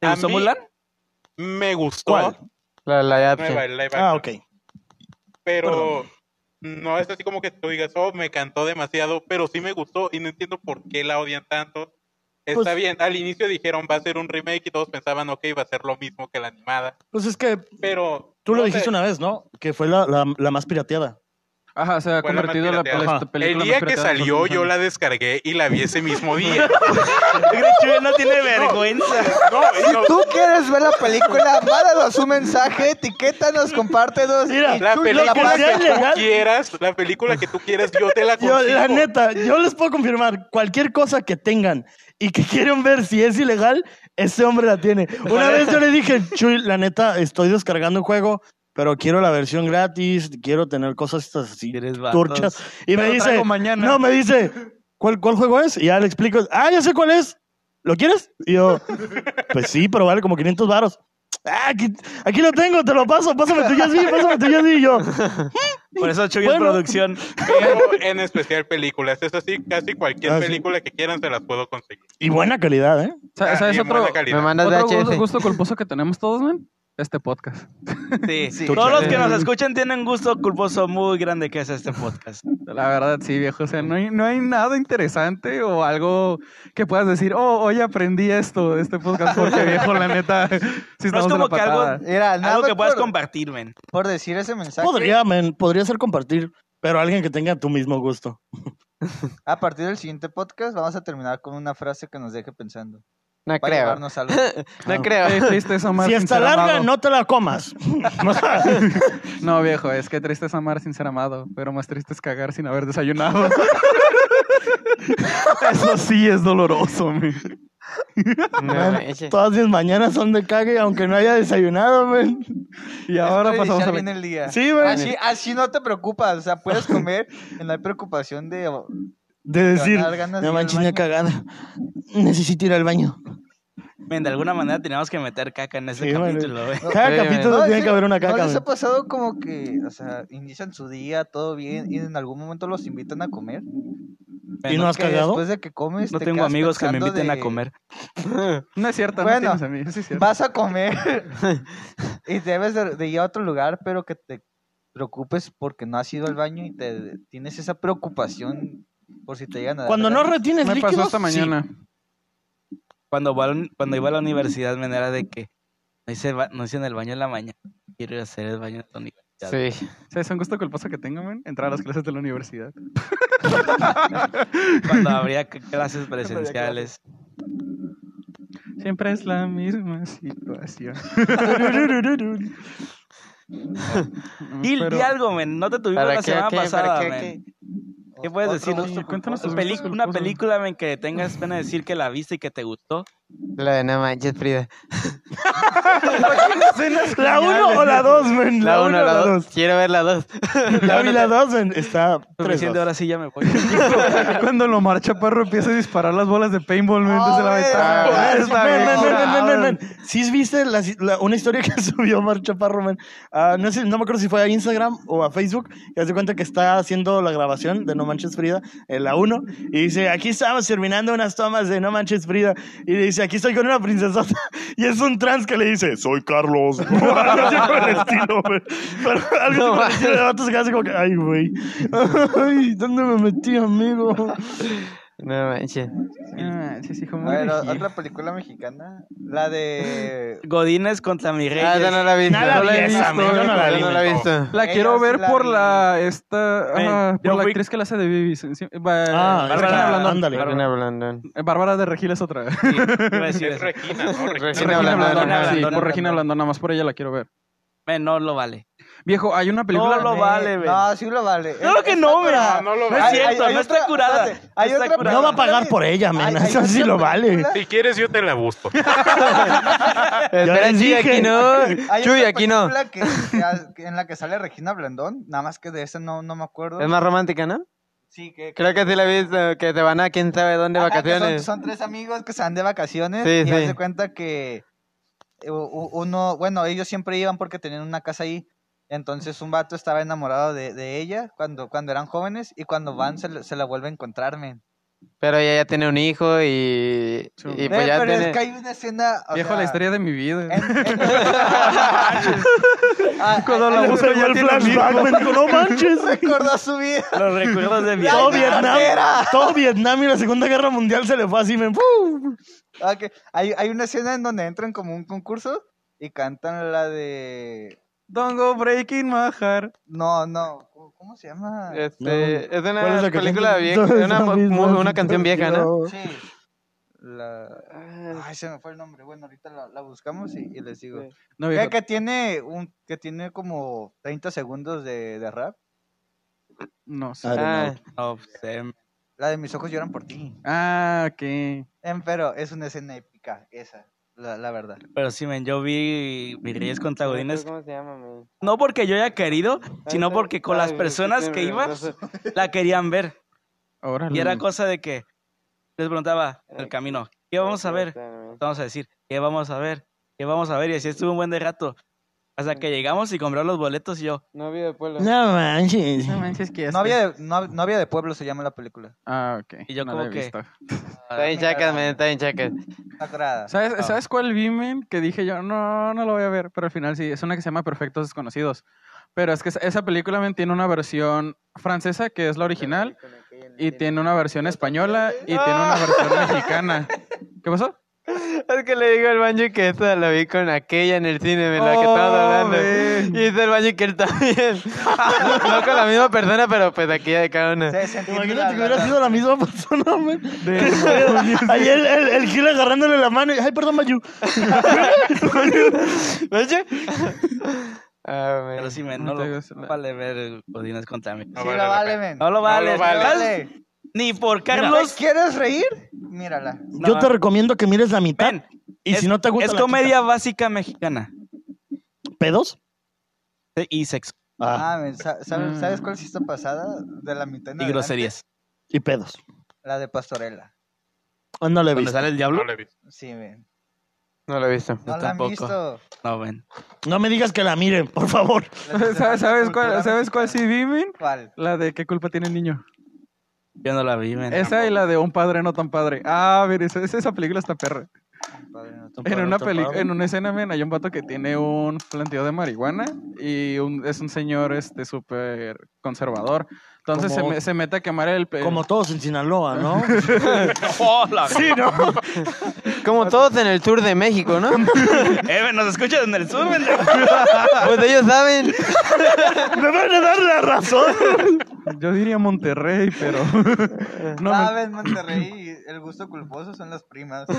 A: ¿Te
F: A
A: gustó
F: mí-
A: Mulan?
F: Me gustó.
B: ¿Cuál?
E: La, la
F: Nueva,
E: Yapsi.
F: el live
B: Ah,
F: action,
B: ok.
F: Pero no es así como que tú digas, oh, me cantó demasiado, pero sí me gustó y no entiendo por qué la odian tanto. Está
B: Pues-
F: bien, al inicio dijeron va a ser un remake y todos pensaban, ok, va a ser lo mismo que la animada.
B: Pues es que
F: Pero.
B: tú lo
F: no
B: dijiste
F: sé,
B: una vez, ¿no? Que fue la, la, la más pirateada.
C: Ajá, se ha
F: Fue la más
C: convertido la,
F: pirateada.
C: la
B: Ajá.
C: película
F: El
C: más
F: día que
C: pirateada de los
F: salió,
C: últimos
F: yo
C: años.
F: la descargué y la vi ese mismo día.
A: Chuy no tiene vergüenza.
F: no, no,
D: Tú quieres ver la película, mándanos un mensaje, etiquétanos, compártenos.
B: Mira,
D: y
F: la
D: tú y yo
F: película
B: que sea
D: la
F: que
D: paso.
F: tú
B: legal.
F: quieras, la película que tú quieras, yo te la
B: Yo,
F: consigo.
B: la neta, yo les puedo confirmar, cualquier cosa que tengan y que quieran ver si es ilegal, ese hombre la tiene. Una vez yo le dije, Chuy, la neta, estoy descargando un juego, pero quiero la versión gratis, quiero tener cosas estas así
A: Eres vatos.
B: turchas. Y me
C: Pero
B: dice,
C: traigo mañana.
B: no, me dice, ¿cuál, ¿cuál juego es? Y ya le explico, ah, ya sé cuál es. ¿Lo quieres? Y yo, pues sí, pero vale como 500 varos. Ah, aquí, aquí lo tengo, te lo paso, pásame tu Jazzy, pásame tu Jazzy. Y yo,
A: Por eso Chuy es
B: Bueno.
A: producción.
F: Pero en especial películas. Es así, casi cualquier
B: Ah, sí.
F: película que quieran se las puedo conseguir.
B: y buena calidad, ¿eh?
C: Sa-
F: Ah,
C: ¿Sabes
F: y en
C: otro,
F: buena
C: otro
F: calidad.
E: Me mandas
C: gusto,
E: VHS.
C: gusto culposo que tenemos todos, man? Este podcast.
A: Sí.
D: Sí.
A: Todos los que nos escuchan tienen un gusto culposo muy grande que es este podcast.
C: La verdad, sí, viejo. O sea, no hay, no hay nada interesante o algo que puedas decir, oh, hoy aprendí esto de este podcast, porque viejo, la neta, sí
A: No es
C: estamos de
A: como
C: la
A: que algo-
C: patada.
D: Mira,
B: Ah,
D: nada
A: Algo que puedas
D: por,
A: compartir, men.
D: por decir ese mensaje.
B: Podría, men, podría ser compartir, pero alguien que tenga tu mismo gusto.
D: A partir del siguiente podcast vamos a terminar con una frase que nos deje pensando.
E: No
D: Para
E: creo.
D: llevarnos algo.
E: No creo.
C: Qué triste es amar
B: si
C: sin
B: está
C: ser
B: larga,
C: amado.
B: no te la comas. O sea,
C: No, viejo, es que triste es amar sin ser amado, pero más triste es cagar sin haber desayunado. Eso sí es doloroso, mi.
E: No manches.
B: todas mis mañanas son de cague, aunque no haya desayunado, men.
C: Y ahora
D: Puedes
C: pasamos
D: iniciar
C: a
D: bien
C: la...
D: el día.
B: Sí, men.
D: Así, así no te preocupas, o sea, puedes comer y no hay preocupación de...
B: De
D: Te van a
B: decir,
D: dar ganas de
B: no
D: ir al
B: manches, una
D: baño".
B: cagada. Necesito ir al baño.
A: Men, de alguna manera teníamos que meter caca en ese
B: Sí, vale.
A: capítulo, güey.
B: Cada
E: Sí,
B: capítulo
D: No,
B: tiene
D: sí,
B: que haber una
D: ¿No
B: caca.
D: les ha pasado como que, o sea, inician su día, todo bien, y en algún momento los invitan a comer?
B: ¿Y no has
D: Que
B: cagado?
D: Después de que comes,
E: este
A: No
D: te
A: tengo
D: quedas
A: amigos que me
D: pensando
A: inviten a
D: de,
A: comer.
C: No es cierto,
D: Bueno,
C: no tienes amigos, sí es cierto.
D: Vas a comer y debes de, de ir a otro lugar, pero que te preocupes porque no has ido al baño y te tienes esa preocupación por si te llegan a dar
B: Cuando no
D: ganas.
B: retienes
C: Me
B: líquidos,
C: pasó esta
B: sí.
C: mañana.
A: Cuando, va al- cuando iba a la universidad, men, era de que no hice, el ba- no hice en el baño en la mañana. Quiero ir a hacer el baño en la universidad.
E: Sí.
C: O sea, es un gusto culposo que tengo, men, entrar a las clases de la universidad.
A: Cuando habría c- clases presenciales.
C: Siempre es la misma situación.
A: Dil,
C: Pero-
A: di algo, men. No te tuvimos
E: Mm, ¿Para
A: la
E: qué,
A: semana
E: qué,
A: pasada,
E: para qué,
A: men.
E: qué?
A: ¿Qué puedes
D: Otro
A: decir?
D: gusto
C: Oye, cuéntanos
D: culposo.
C: tus
A: Peli-
C: gustos
A: una
C: culposos.
A: película, men, que tengas pena de decir que la viste y que te gustó.
E: La de No Manches Frida.
B: ¿La 1 o la 2, men?
E: La 1,
B: o
E: la 2.
B: dos?
E: Quiero ver la 2.
B: Ya vi la 2, men. Está 3
A: Suficiente, ahora sí ya me voy.
C: Cuando lo marcha Parro empieza a disparar las bolas de paintball men, desde la
D: Ah,
C: ventana.
D: güey.
C: Ah, está
B: Men,
C: bien,
B: men, men,
C: ahora,
B: men, men,
C: ahora.
B: men, men. ¿Sí viste la, la- una historia que subió Mar Chaparro, men? Ah, no, sé, no me acuerdo si fue a Instagram o a Facebook. Y hace cuenta que está haciendo la grabación de No Manches Frida, eh, la 1. Y dice, aquí estamos terminando unas tomas de No Manches Frida. Y dice, aquí estoy con una princesota. Y es un trans que le dice, soy Carlos. O algo así por el estilo, men. Pero algo así por el estilo de vatos que hace como que, ay, güey. Ay, ¿dónde me metí, amigo?
E: No manches.
C: Ah, sí, sí, hijo, muy
D: Bueno,
C: elegido.
D: otra película mexicana, la de...
A: Godines contra mi rey.
E: Ah, esa no la he visto.
B: Nada
E: No la he
B: vi
E: visto.
B: esa, men, yo no la vi,
E: Yo no la he visto.
C: La
D: Ella
C: quiero
D: sí
C: ver
D: la
C: por
D: vi.
C: la esta
A: Ven,
C: ah,
A: yo
C: por la
A: fui-
C: actriz que la hace de Vivi. sí, sí, va-
B: Ah,
C: Regina
A: Bárbara-
C: Blandón.
B: ándale.
E: Regina Blandón.
C: Eh, Bárbara de Regil es otra.
A: Sí, iba a decir
F: Es
A: eso.
F: Regina, ¿no?
E: Regina
F: Regina.
C: Regina
E: Blandón,
C: Blandón,
E: Regina
C: sí,
A: Blandón.
C: por Regina Blandón, nada más por ella la quiero ver.
A: Men, no lo vale.
C: Viejo, hay una película.
A: No lo
D: Eh,
A: vale, men.
D: No, sí lo vale.
A: Claro
D: Es-
A: que
D: es
A: no, men.
D: otra-
F: No, no lo
A: No es
F: vale.
A: cierto,
D: Hay- hay
A: no está
D: otra-
A: curada.
D: espérate, hay
A: no está
D: otra-
A: curada.
B: No va a pagar por ella,
D: Ay,
B: men.
D: hay
B: Eso sí
D: otra
B: lo vale.
D: película-
F: Si quieres, yo te la busco.
E: Espera,
B: les
E: Chuy,
B: dije.
E: aquí no.
D: Hay
E: Chuy,
D: otra
E: aquí no.
D: película que- que ha- que en la que sale Regina Blandón, nada más que de esa no, no me acuerdo.
E: Es más romántica, ¿no?
D: Sí, que,
E: Creo que sí la he visto, que se van a quién sabe dónde,
D: Ajá, que son-
E: vacaciones.
D: Son, tres amigos que se van de vacaciones
E: Sí,
D: y
E: sí.
D: hace cuenta que eh, u- u- uno, bueno, ellos siempre iban porque tenían una casa ahí. Entonces un vato estaba enamorado de, de ella cuando, cuando eran jóvenes y cuando van se, la- se la vuelve a encontrar, men.
E: Pero ella ya tiene un hijo y,
C: Sí.
E: y
D: Eh,
E: pues ya
D: pero
E: tiene...
D: es que hay una escena... o
C: Viejo,
D: sea, eh.
C: la historia de mi vida.
D: en- en- Ah,
C: Cuando
D: ah,
C: la
D: ah,
C: busco
B: Pero
C: ya
B: el
C: tiene
B: flashback,
C: amigos.
B: men, digo, no manches.
D: Recordó su vida.
A: Los recuerdos de mi
B: Todo
D: Ay,
B: Vietnam,
D: cartera.
B: todo Vietnam y la Segunda Guerra Mundial se le fue así, men. ¡pum!
D: Ah, que hay, hay una escena en donde entran como un concurso y cantan la de...
C: Don't go breaking my heart.
D: No, no, ¿cómo, cómo se llama?
E: Este, es
B: ¿Cuál
E: una
B: es la canción
E: película
B: que-
E: vieja,
B: Todas
E: una,
B: las mismas
E: mu- una canción vieja, ¿no? Ah.
B: yo-
D: Sí. La... Ay, se me fue el nombre. Bueno, ahorita la, la buscamos y, y les digo.
E: Sí.
C: No,
D: Eh, Que,
C: viejo.
D: que tiene un, que tiene como 30 segundos de, de rap.
C: No sé.
B: Ah,
E: Ah,
A: No, pues, em,
D: La de mis ojos lloran por ti.
C: Ah, ok.
D: Em, pero es una escena épica, esa, la, la verdad.
A: pero sí, men, yo vi mi Reyes contra Godines.
E: ¿Cómo se llama, man?
A: No porque yo haya querido, sino
E: Mm, Ay,
A: porque con las
E: ay,
A: personas
E: sí,
A: que
E: sí,
A: iba,
E: no sé.
A: la querían ver.
C: Órale.
A: Y era cosa de que les preguntaba
E: Eh,
A: en el camino, ¿qué vamos a ver? Vamos a decir, ¿qué vamos a ver? ¿Qué vamos a ver? Y así estuve un buen de rato. Hasta que llegamos y compramos los boletos y yo,
E: Novio de pueblo.
B: No manches.
C: No manches, que ya
D: Novia de, no- novia de pueblo se llama la película.
C: Ah, ok.
A: Y yo
C: No
A: como
C: la he
A: que-
C: visto.
E: Está bien chacas, man, está bien chacas.
D: Está curada.
C: ¿Sabes,
A: Ah.
C: ¿Sabes cuál vi, men? Que dije yo, no, no lo voy a ver. Pero al final sí, es una que se llama Perfectos Desconocidos. Pero es que esa- esa película, men, tiene una versión francesa, que es la original. Y tiene una versión española y tiene una versión mexicana. ¿Qué pasó?
E: Es que le digo al baño que esta la vi con aquella en el cine, de la que estábamos
C: Oh,
E: hablando.
C: man.
E: Y dice el baño que él también. no con la misma persona, pero pues aquella de cada una.
D: Se- se entiende la-
B: Imagínate que
D: la-
B: hubiera
D: la-
B: sido la misma persona, men. Ahí el, el, el Gil agarrándole la mano. y, Ay, perdón, Mayu.
E: ¿Oye? Ah, man.
A: pero sí, men, no
C: No
A: lo
C: te
A: no
C: digas,
E: Mm.
C: la-
A: vale ver Godines contra mí.
F: No
D: Sí,
F: vale
D: la
F: la
D: vale,
F: pena.
D: men.
A: No lo vale.
F: vale.
A: ¿sabes? Ni por Carlos.
D: ¿Quieres reír? Mírala.
A: No.
B: Yo te recomiendo que mires la mitad.
A: Ven,
B: y
A: es-
B: si no te gusta.
A: Es
B: la
A: comedia básica mexicana
B: quitas. ¿Pedos?
A: Sí, y sexo
B: Ah,
D: Ah, men, sa- sabe-
C: Mm.
D: ¿sabes cuál sí está pasada? De la mitad en
A: y
D: adelante.
A: groserías.
B: y pedos.
D: La de Pastorela.
B: Ah, No le he
A: ¿Dónde
B: visto.
A: sale el diablo?
F: No la he visto.
D: Sí, men.
E: No lo he visto.
D: No la han
A: tampoco.
D: visto.
A: No, ven.
B: No me digas que la miren, por favor.
C: ¿Sabes, sabes cuál, ¿Sabes cuál sí vi, men?
D: ¿Cuál?
C: La de ¿Qué culpa tiene el niño?
A: Yo no la vi, men.
C: Esa y la de Un padre no tan padre. Ah, mira, esa, esa- esa película está perra.
D: Padre, no te-
C: En una, peli-
B: película
C: en una escena, men, hay un vato que tiene un planteo de marihuana y un- es un señor este súper conservador. Entonces se,
B: Como-
C: me- se mete a quemar el... pe-
B: Como todos en Sinaloa, ¿no?
A: ¡Hola!
B: sí, ¿no?
E: Como todos en el sur de México, ¿no?
A: ¡Eh, men, nos escuchas en el sur, men!
E: Pues ellos saben.
B: Me van a dar la razón.
C: Yo diría Monterrey, pero... no, men,
D: Sabes, Monterrey, el gusto culposo son las primas.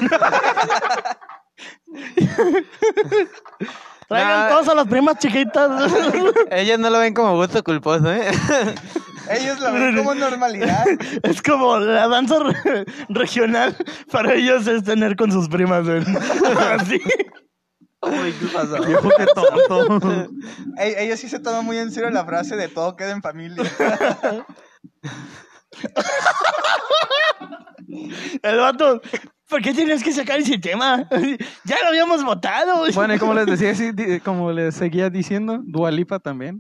B: Traigan
E: Nah.
B: todas a las primas chiquitas.
E: Ellos no lo ven como gusto culposo, ¿eh?
D: Ellos la ven como normalidad.
B: es como la danza re- regional para ellos es tener con sus primas. ¿eh? Así.
C: viejo, qué tonto.
D: Ey, Ellos sí se toman muy en serio la frase de todo queda en familia.
B: El vato, ¿por qué tienes que sacar ese tema? ya lo habíamos votado.
C: Bueno, y como les decía, sí, di- como les seguía diciendo, Dualipa también.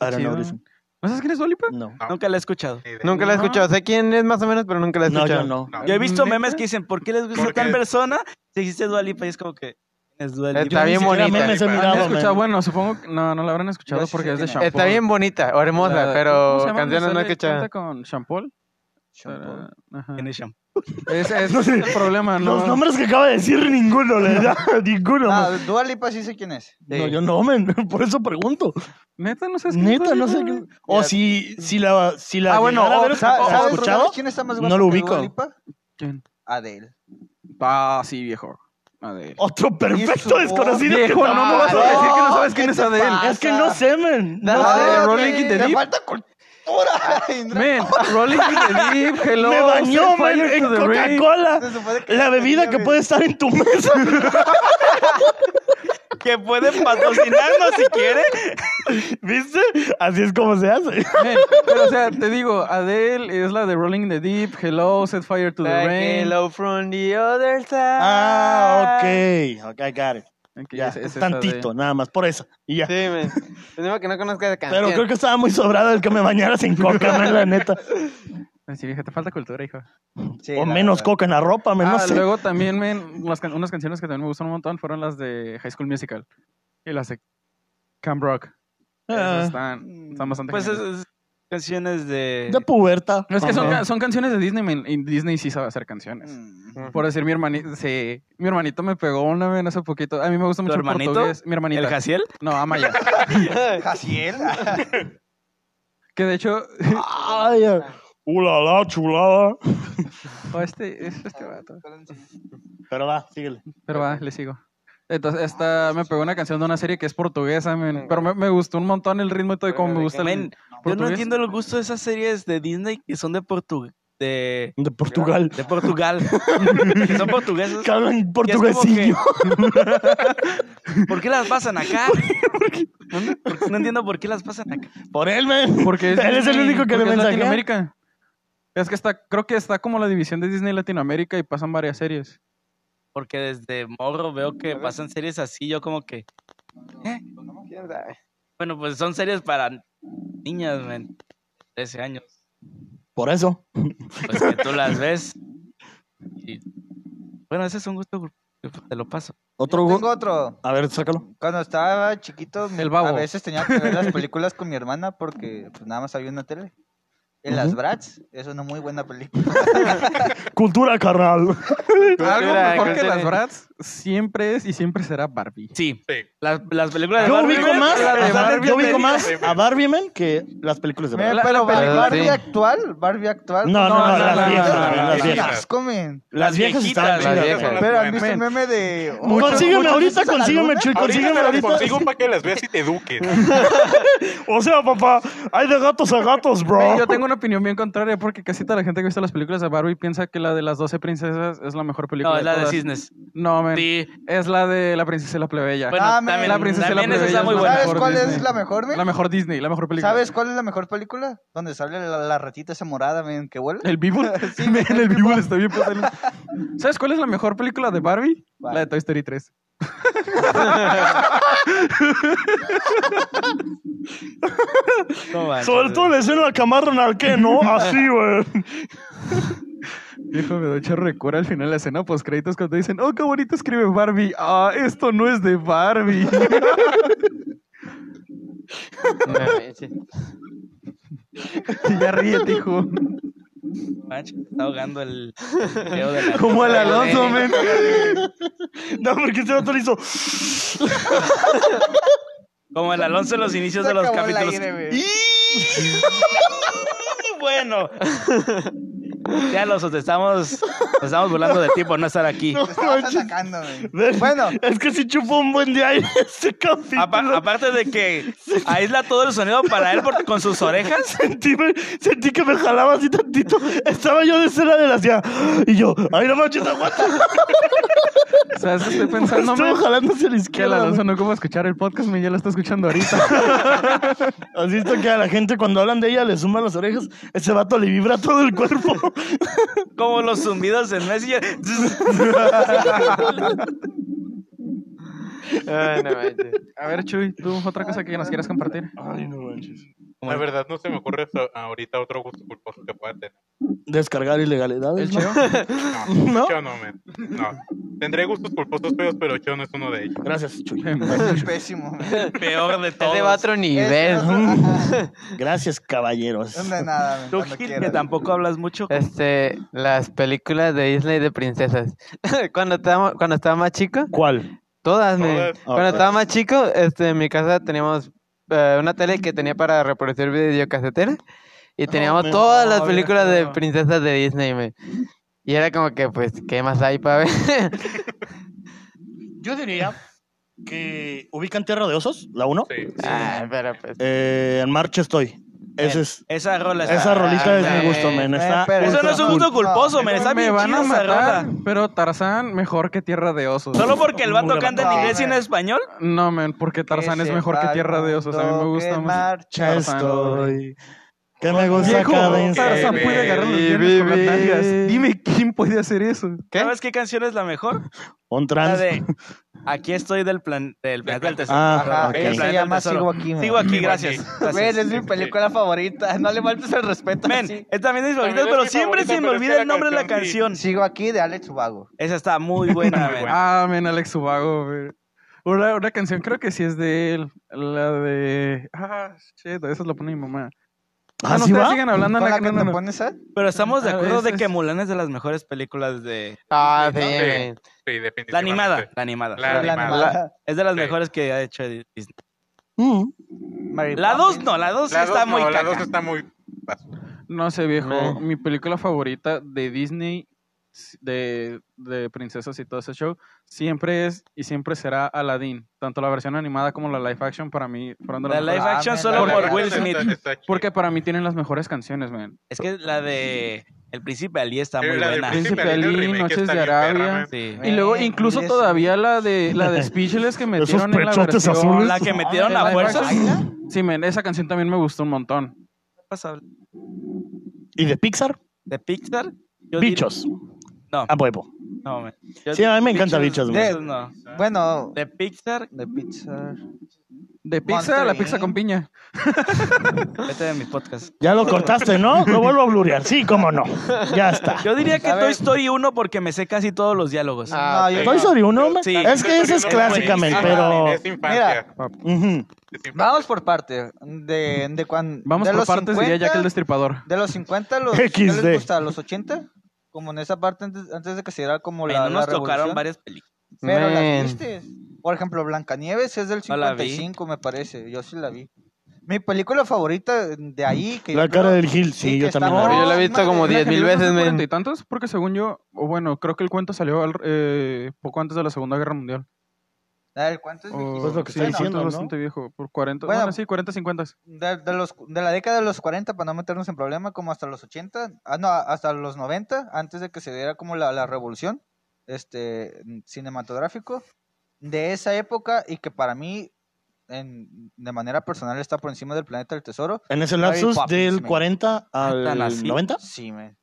B: Ahora
C: Chido.
B: no, dicen.
C: ¿No sabes quién es Dualipa?
B: No.
A: Nunca la he escuchado.
E: Nunca la he escuchado. Sé quién es más o menos, pero nunca la he
B: No, yo
E: escuchado.
B: no.
A: Yo he visto
C: ¿Neta?
A: memes que dicen, ¿por qué les gusta
F: Porque-
A: tal persona si existe Dua Lipa? Y es como que es Dua
E: Está
A: Lipa.
E: bien
B: Ni siquiera
E: bonita.
B: memes he
F: Han
C: ¿Han
B: mirado,
C: escuchado?
B: man.
C: Bueno, supongo que no, no la habrán escuchado
D: Yo sí sé
C: porque es de
D: quién es.
C: Shampoo.
E: Está bien bonita, o hermosa, pero canciones no he
C: escuchado.
E: escuchado.
C: con Shampoo?
D: Champú.
C: Ajá.
A: Tiene shampoo.
C: Es, es, es el problema, ¿no?
B: Los nombres que acaba de decir, ninguno le da. ninguno.
D: Ah,
B: man.
D: Dua Lipa sí sé quién es.
B: No, yo no, men. Por eso pregunto.
C: Neta, no sé.
B: Neta, no sé. qué- O si, si la, si la
C: Ah, bueno,
B: llegara a
C: o-
B: haber
C: sa-
B: escuchado-
D: ¿Sabes,
B: escuchado.
D: sabes quién está más
B: No
D: guapo
B: lo
D: que
B: ubico.
D: Dua Lipa?
C: ¿Quién?
D: Adele.
C: Ah, sí, viejo. Ah, Adele.
B: Otro perfecto
D: su
B: desconocido. que-
C: viejo, no me vas a
B: Ah,
C: decir Oh, que no sabes
D: ¿qué
C: quién es
D: te
C: Adele.
D: pasa?
B: Es que no sé, men. No
C: Ah,
B: sé.
C: de
D: Adele,
C: Rolling in the
D: te
C: Deep.
D: falta cultura. Indra.
C: Men, Rolling in the Deep, hello.
B: Me bañó, men,
C: set fire
B: en
C: to the ring.
D: Se
B: Coca-Cola.
D: supone que
B: La
D: no
B: bebida que
D: tenía,
B: puede estar en tu mesa.
A: Que pueden patrocinarnos si quieren.
B: ¿Viste? Así es como se hace.
C: Men, pero o sea, te digo, Adele es la de Rolling in the Deep, hello, set fire to the
E: Like
C: rain.
E: hello from the other side.
B: Ah, ok. Ok, I got it.
C: Ok,
B: Ya,
C: es- es esa
B: tantito,
C: de-
B: nada más, por eso. Y ya.
E: Sí, men. Encima que no conozca esa canción.
B: Pero creo que estaba muy sobrado el que me bañaras en coca, men, la neta.
C: Ay, Sí, vieja, te falta cultura, hijo.
D: Sí,
B: O
D: la
B: menos
D: verdad.
B: coca en la ropa, men, no
C: Ah,
B: sé.
C: luego también, men, las can- unas canciones que también me gustan un montón fueron las de High School Musical. Y las de Camp Rock. Esas
B: Ah,
C: están, están pues, bastante
A: Pues es,
C: geniales.
A: es canciones de...
B: de puberta.
C: No, es que son,
B: Ajá.
C: ca- son canciones de Disney, men, y Disney sí sabe hacer canciones.
D: Mm.
C: Por decir, mi hermanito, sí, mi hermanito me pegó una vez hace poquito. A mí me gusta mucho el
A: hermanito?
C: portugués. Mi
A: ¿El
C: hermanita.
A: Jaciel?
C: No, Amaya.
D: Jaciel.
C: que de hecho,
B: Ay, ya. uh, la, la, chulada.
C: oh, este, es este vato.
B: Pero va, síguele.
C: Pero va, le sigo. Entonces,
B: Ah,
C: esta me pegó una canción de una serie que es portuguesa, men, pero me, me gustó un montón el ritmo y todo, y como me gusta
A: Men,
C: el
A: yo no
C: portugués.
A: entiendo el gusto de esas series de Disney que son de Portu... De...
B: De Portugal.
A: De Portugal. que son portuguesas.
B: Que hablan
A: Y es como
B: portuguesillo.
A: que- ¿Por qué las pasan acá? ¿Dónde? Porque no entiendo por qué las pasan acá.
B: Por él, men.
C: Porque es
B: él es el
C: Disney,
B: único que le
C: porque es
B: mensajea.
C: Latinoamérica. Es que está, creo que está como la división de Disney Latinoamérica y pasan varias series.
A: Porque desde morro veo que pasan series así, yo como que... ¿eh? Bueno, pues son series para niñas, men. 13 años.
B: Por eso.
A: Pues que tú las ves. Y... Bueno, ese es un gusto, pues, te lo paso.
B: Otro.
D: Tengo
B: gu-
D: otro.
B: A ver, sácalo.
D: Cuando estaba chiquito,
C: El babo.
D: a veces tenía que ver las películas con mi hermana porque pues, nada más había una tele. En las
B: Ujú.
D: Brats, es una muy buena película.
B: Cultura, carnal.
C: Algo
E: Cultura,
C: mejor que
E: cultura.
C: las Bratz siempre es y siempre será Barbie.
A: Sí,
F: Sí.
A: las, las películas de
B: Yo
A: Barbie,
B: ubico
A: men,
B: más,
A: la de
B: o sea,
A: Barbie te
B: yo ubico
A: digo.
B: más a Barbie Man que las películas de Barbie.
C: la-
D: pero
C: la-
D: Barbie,
E: la-
D: Barbie
E: sí.
D: actual, Barbie actual.
B: No, no, no,
C: No, no,
B: las
C: no,
B: viejas,
C: no,
B: men,
C: no,
B: las
F: no,
D: Qué
B: viejas.
D: asco, men.
B: Las viejas
A: viejitas,
B: estaban chidas.
E: las viejas.
B: men.
D: Pero han visto
C: Men.
D: el meme de.
B: Mucho- Consígueme
D: muchas
B: ahorita,
D: veces a la
B: consígueme,
D: luna?
B: chico,
F: Ahorita
B: consígueme
F: te las
B: ahorita.
F: consigo para que las veas y te eduques.
B: O sea, papá, hay de gatos a gatos,
C: Men,
B: bro.
C: Yo tengo una opinión bien contraria porque casi toda la gente que ha visto las películas de Barbie piensa que la de las 12 princesas es la mejor película.
A: No, es la de
C: todas.
A: Cisnes.
C: No, men.
A: Sí.
C: Es la de la princesa y la plebeya.
A: Bueno,
D: Ah, men,
A: también,
C: la princesa y la
A: también esa está
C: plebeya es
A: muy
C: la
A: buena.
D: ¿Sabes
C: mejor
D: cuál es
C: Disney.
D: la mejor, men?
C: La mejor Disney, la mejor película.
D: ¿Sabes cuál es la mejor película? Donde sale la, la ratita esa morada, men, que huele.
C: El Bibul.
D: Sí,
C: Men, el Bibul está bien pasado. ¿Sabes cuál es la mejor película de Barbie?
D: Vale.
C: La de Toy Story 3.
A: No, manches.
B: Suelto le escena la camarra al que, ¿no? Así, güey.
C: Hijo, me doy chorro de cura al final de la escena post créditos cuando dicen, oh, qué bonito escribe Barbie. Ah, esto no es de Barbie.
E: No manches.
C: Y ya ríete, hijo.
A: Manches, está ahogando el. el dedo de la-
C: Como el Alonso, men.
B: No, porque este vato le hizo.
A: Como el Alonso en los inicios
D: Se
A: de los
D: acabó el
A: capítulos.
D: aire, güey.
A: ¡Y! bueno. Ya los nos estamos, nos estamos burlando del tipo no estar aquí.
D: Te estabas atacando, güey.
B: Ven,
D: Bueno,
B: Es que si chupó un buen día en este capítulo.
A: Apa- aparte de que aísla todo el sonido para él por- con sus orejas.
B: Sentí, sentí que me jalaba así tantito. Estaba yo de cera de la silla. Y yo, ay, no manches, aguanta.
C: ¿Sabes qué estoy pensando,
B: Estuvo
C: men?
B: jalándose a la
C: Que el
B: izquierda.
C: Alonso no como escuchar el podcast, men, ya lo está escuchando ahorita.
B: ¿Has visto que a la gente cuando hablan de ella le suman las orejas? Ese vato le vibra todo el cuerpo.
A: Como los zumbidos en Messenger.
E: Ay, no manches.
C: A ver, Chuy, tú, otra cosa que nos quieras compartir.
B: Ay, no manches.
F: La verdad, no se me ocurre so- ahorita otro gusto culposo que pueda tener.
B: Descargar
C: El
B: ilegalidades. ¿no?
C: Cheo.
F: No,
B: ¿No?
F: yo no, men. No. Tendré gustos culposos feos, pero yo no es uno de ellos.
B: Gracias, Chuy.
D: es pésimo. güey.
A: Peor de todo.
E: Ese va a otro nivel.
D: Eso, ajá.
B: Gracias, caballeros.
D: No de nada, men,
A: Tú,
D: cuando
A: Gil, que
D: quieras.
A: tampoco hablas mucho.
C: Eh,
E: Este, las películas de Disney de princesas. cuando, estaba, cuando estaba más chico,
B: ¿Cuál?
E: todas, me-
F: Todas.
E: Cuando
B: Ok.
E: estaba más chico, este, en mi casa teníamos eh, una tele que tenía para reproducir videocasetera y teníamos
B: Ah, me-
E: todas
C: no,
E: las
C: viejo.
E: películas de princesas de Disney. me. Y era como que, pues, ¿qué más hay para ver?
B: Yo diría que ubican Tierra de Osos, la 1.
F: Sí.
E: Ah, pero pues.
B: Eh, en marcha estoy. Ese es.
A: Esa rola está-
B: Esa rolita es mi
E: güey.
B: gusto, men. Está-
D: pero
A: Ah, Eso no es un gusto
D: No,
A: culposo, me está
C: Me
A: bien
C: van
A: chida
C: a
A: esa
C: matar,
A: rola.
C: pero Tarzán mejor que Tierra de Osos.
A: Solo porque el vato
B: Muy
A: canta en
D: levantado.
A: inglés y en español.
C: No, men, porque Tarzán es
D: se
C: mejor que
D: va
C: Tierra de
D: el
C: Osos. A mí me
D: mundo
C: gusta
D: que
C: más.
B: Ya
C: Tarzán,
B: estoy. Que me gusta
C: Viejo,
B: cada
C: Tarzán
F: que
B: instante.
C: puede agarrar los
E: vi,
C: viernes por las
E: vi.
C: nalgas. Dime quién puede hacer eso.
A: ¿Sabes qué canción es la mejor?
B: Un
A: La
B: trans.
A: de Aquí estoy del plan del planeta del tesoro.
B: Ah,
D: Ajá,
B: ok.
A: El
D: esa
A: planeta
D: se llama
A: del tesoro.
D: Sigo aquí, men.
A: Sigo aquí,
F: Sigo
A: gracias.
F: aquí.
A: gracias.
D: Ven, es mi película favorita. No le faltes el respeto.
A: Men,
D: así.
A: es también de mis favoritas,
F: También es
A: pero
F: mi
A: siempre
F: favorita,
A: se me
F: pero es que
A: olvida
F: la
A: el nombre de la
F: canción
A: canción.
D: Sigo aquí de Alex Ubago.
A: Esa está muy buena,
F: Muy
A: men.
F: buena.
C: Ah, men, Alex Ubago, men. Una, una canción creo que sí es de él. La de. Ah, shit, esa la pone mi mamá.
B: ¿Ah,
C: Ah, no,
B: sí
C: ustedes
B: va?
C: sigan hablando.
D: ¿Con
C: no,
D: la que
C: no,
D: te
C: no.
D: pones eh? esa?
A: Pero estamos de
C: Ah,
A: acuerdo
C: es-
A: de que
C: es-
A: Mulan es de las mejores películas de...
E: Ah, sí,
F: Sí,
E: me-
F: Sí, definitivamente.
A: La animada, la animada.
F: La
D: La
F: animada.
D: animada.
A: Es de las
F: Sí.
A: mejores que ha hecho Disney.
B: Mm.
D: Mary
A: La
D: Poppins.
A: 2 no, la 2
F: La
A: está
F: dos,
A: muy
F: no, la
A: caca.
F: dos está muy basura.
C: No sé, viejo.
E: No.
C: Mi película favorita de Disney, s- de, de princesas y todo ese show, siempre es y siempre será Aladdin. Tanto la versión animada como la live action para mí fueron de las
A: La
C: mejores.
A: live action
D: Ah,
A: solo
C: men,
A: por
C: la
A: Will
F: Está-
A: Smith.
F: está- está chida.
C: Porque para mí tienen las mejores canciones, man.
A: Es que la de El Príncipe Ali está
F: Eh,
A: muy
F: la del
A: buena.
C: Príncipe
F: Príncipe Ali, el
C: Ali,
F: remake
C: Noches
F: está
C: de
F: bien perra,
C: Arabia.
F: man.
A: Sí.
C: Y luego
D: Eh,
C: incluso
D: curioso.
C: todavía la de la de Speechless que metieron en la
B: pechotes
C: versión.
B: azules.
A: La que metieron
D: Ah,
A: a
C: live
A: fuerzas.
C: action. Sí, men, esa canción también me gustó un montón.
A: Pasable.
B: ¿Y de Pixar?
A: De Pixar. yo diría-
B: Bichos.
A: No,
B: A huevo.
A: no, man. Yo-
B: Sí, a mí me encanta Bichos,
A: de-
B: güey.
A: Bichos no.
D: Bueno,
A: De Pixar,
D: de Pizza.
C: De
D: Monster
C: pizza a la
D: Inc.
C: pizza con piña.
A: vete de mis podcasts.
B: Ya lo cortaste, ¿no? Lo vuelvo a blurear. Sí, cómo no. Ya está.
A: Yo diría que
D: A ver.
A: Toy Story 1 porque me sé casi todos los diálogos.
E: Ah,
D: no, yo
F: sí.
B: Toy Story 1,
F: Yo-
B: man.
A: Sí.
B: Es que esa es
F: Toy Story
B: clásica, men,
F: uno es
B: pero...
F: buenísima, Es infancia.
B: Ujú.
F: es infancia.
D: Vamos por parte. De, de cuan-
C: Vamos
D: de
C: por
D: los
C: partes, diría Jack el
D: 50,
C: Destripador.
D: De los 50 a los, ¿qué
B: XD.
D: les gusta? ¿A los 80? Como en esa parte antes, antes de que se diera como
A: Ahí
D: la,
A: no nos
D: la
A: tocaron
D: revolución.
A: varias películas.
D: Pero
E: Man.
D: las viste. Por ejemplo, Blancanieves es del
A: No la vi.
D: 55, me parece. Yo sí la vi. Mi película favorita de ahí. Que
B: La
D: yo creo-
B: cara del Gil. Sí,
D: Sí,
B: yo
D: que
B: también
D: está-
B: la vi.
E: Yo la he visto
D: madre,
E: como
D: mira
E: 10 mil
C: Blancanieves no
E: veces,
C: fue
E: men.
C: cuarenta y tantos? Porque según yo, o bueno, creo que el cuento salió al- eh, poco antes de la Segunda Guerra Mundial.
D: A ver, ¿cuánto Ah, es
C: O-
D: viejito?
B: Pues lo que
C: sí,
B: está
C: el cuento
B: diciendo,
C: es
B: ¿no?
C: bastante viejo, por 40, bueno,
D: Bueno.
C: sí, 40, 50.
D: de, de los, de la década de los 40, para no meternos en problema, como hasta los 80, ah, no, hasta los 90, antes de que se diera como la, la revolución este, cinematográfico, de esa época y que para mí, en- de manera personal, está por encima del planeta del tesoro.
B: En ese
D: Mary
B: lapsus
D: Poppins,
B: del
D: men.
B: 40
A: Ah, Tan
B: al
A: así.
B: 90.
D: Sí, me.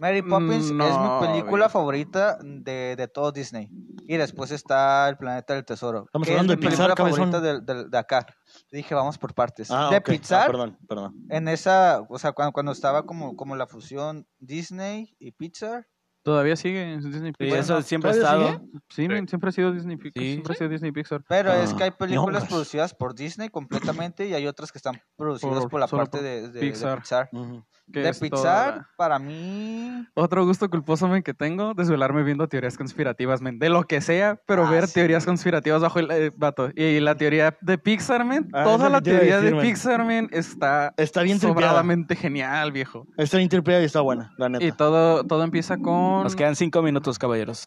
D: Mary Poppins
C: Mm, No,
D: es mi película
C: güey.
D: favorita de, de todo Disney. Y después está El Planeta del Tesoro.
B: Estamos
D: que
B: hablando
D: es
B: de
D: mi
B: Pixar,
D: película
B: cabezón.
D: favorita del- del- de, acá. Dije, vamos por partes.
B: Ah,
D: de
B: ok. Ah,
D: Pixar,
B: perdón, perdón.
D: en esa, o sea, cuando, cuando estaba como, como la fusión Disney y Pixar.
C: Todavía sigue en Disney
A: Y
C: Pixar.
A: eso siempre ha
B: ¿todavía
A: estado.
C: Sí, men, siempre ha sido Disney Pixar.
A: Sí.
C: Siempre ha sido Disney Pixar.
D: Pero
B: Ah,
D: es que hay películas
B: ñongas.
D: producidas por Disney completamente y hay otras que están producidas
C: Por-
D: por, la
C: solo
D: parte
C: por
D: de, de- de
C: Pixar.
D: Pixar.
B: Ujú.
C: que
D: De
C: es toda
D: Pixar,
C: la-
D: para mí.
C: Otro gusto culposo men, que tengo, desvelarme viendo teorías conspirativas, men, de lo que sea, pero
D: Ah,
C: ver
D: sí,
C: teorías conspirativas bajo el eh, vato. Y la teoría de Pixar, men,
B: Ah, es
C: toda
B: lo
C: la
B: que te iba a
C: teoría
B: decir,
C: de
B: men.
C: Pixar, men, está
B: Está bien tripeada.
C: sobradamente genial, viejo.
B: Está bien tripeada y está buena, la neta.
C: Y todo, todo empieza con...
A: Nos quedan cinco minutos, caballeros.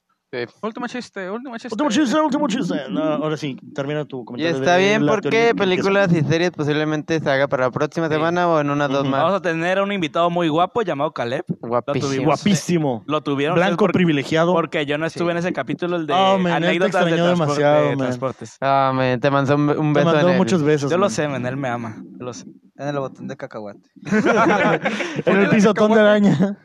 C: Último chiste, último chiste.
B: Último chiste, último chiste. No, ahora sí, termina tu
E: Y
B: comentario.
E: está
B: de
E: bien
B: la
E: porque
B: teoría que-
E: películas y series posiblemente se haga para la próxima semana o en unas dos
B: Ujú.
E: más.
A: Vamos a tener a un invitado muy guapo llamado Caleb.
E: Guapísimo.
A: tuvimos.
B: Guapísimo.
A: Lo tuvieron ustedes
B: Blanco
A: porque,
B: privilegiado.
A: porque yo no estuve en ese capítulo el de
B: Oh, men, él te
A: anécdotas de,
B: extrañó
A: transpor-
B: demasiado,
A: de
B: man.
A: transportes.
E: Ah, men, te mandó un, un
B: Te
E: beso
B: mandó
E: en el-
B: muchos besos.
A: Yo lo
B: man.
A: sé, men, él me ama. yo lo sé.
D: En el botón de cacahuate.
B: En el pisotón de araña.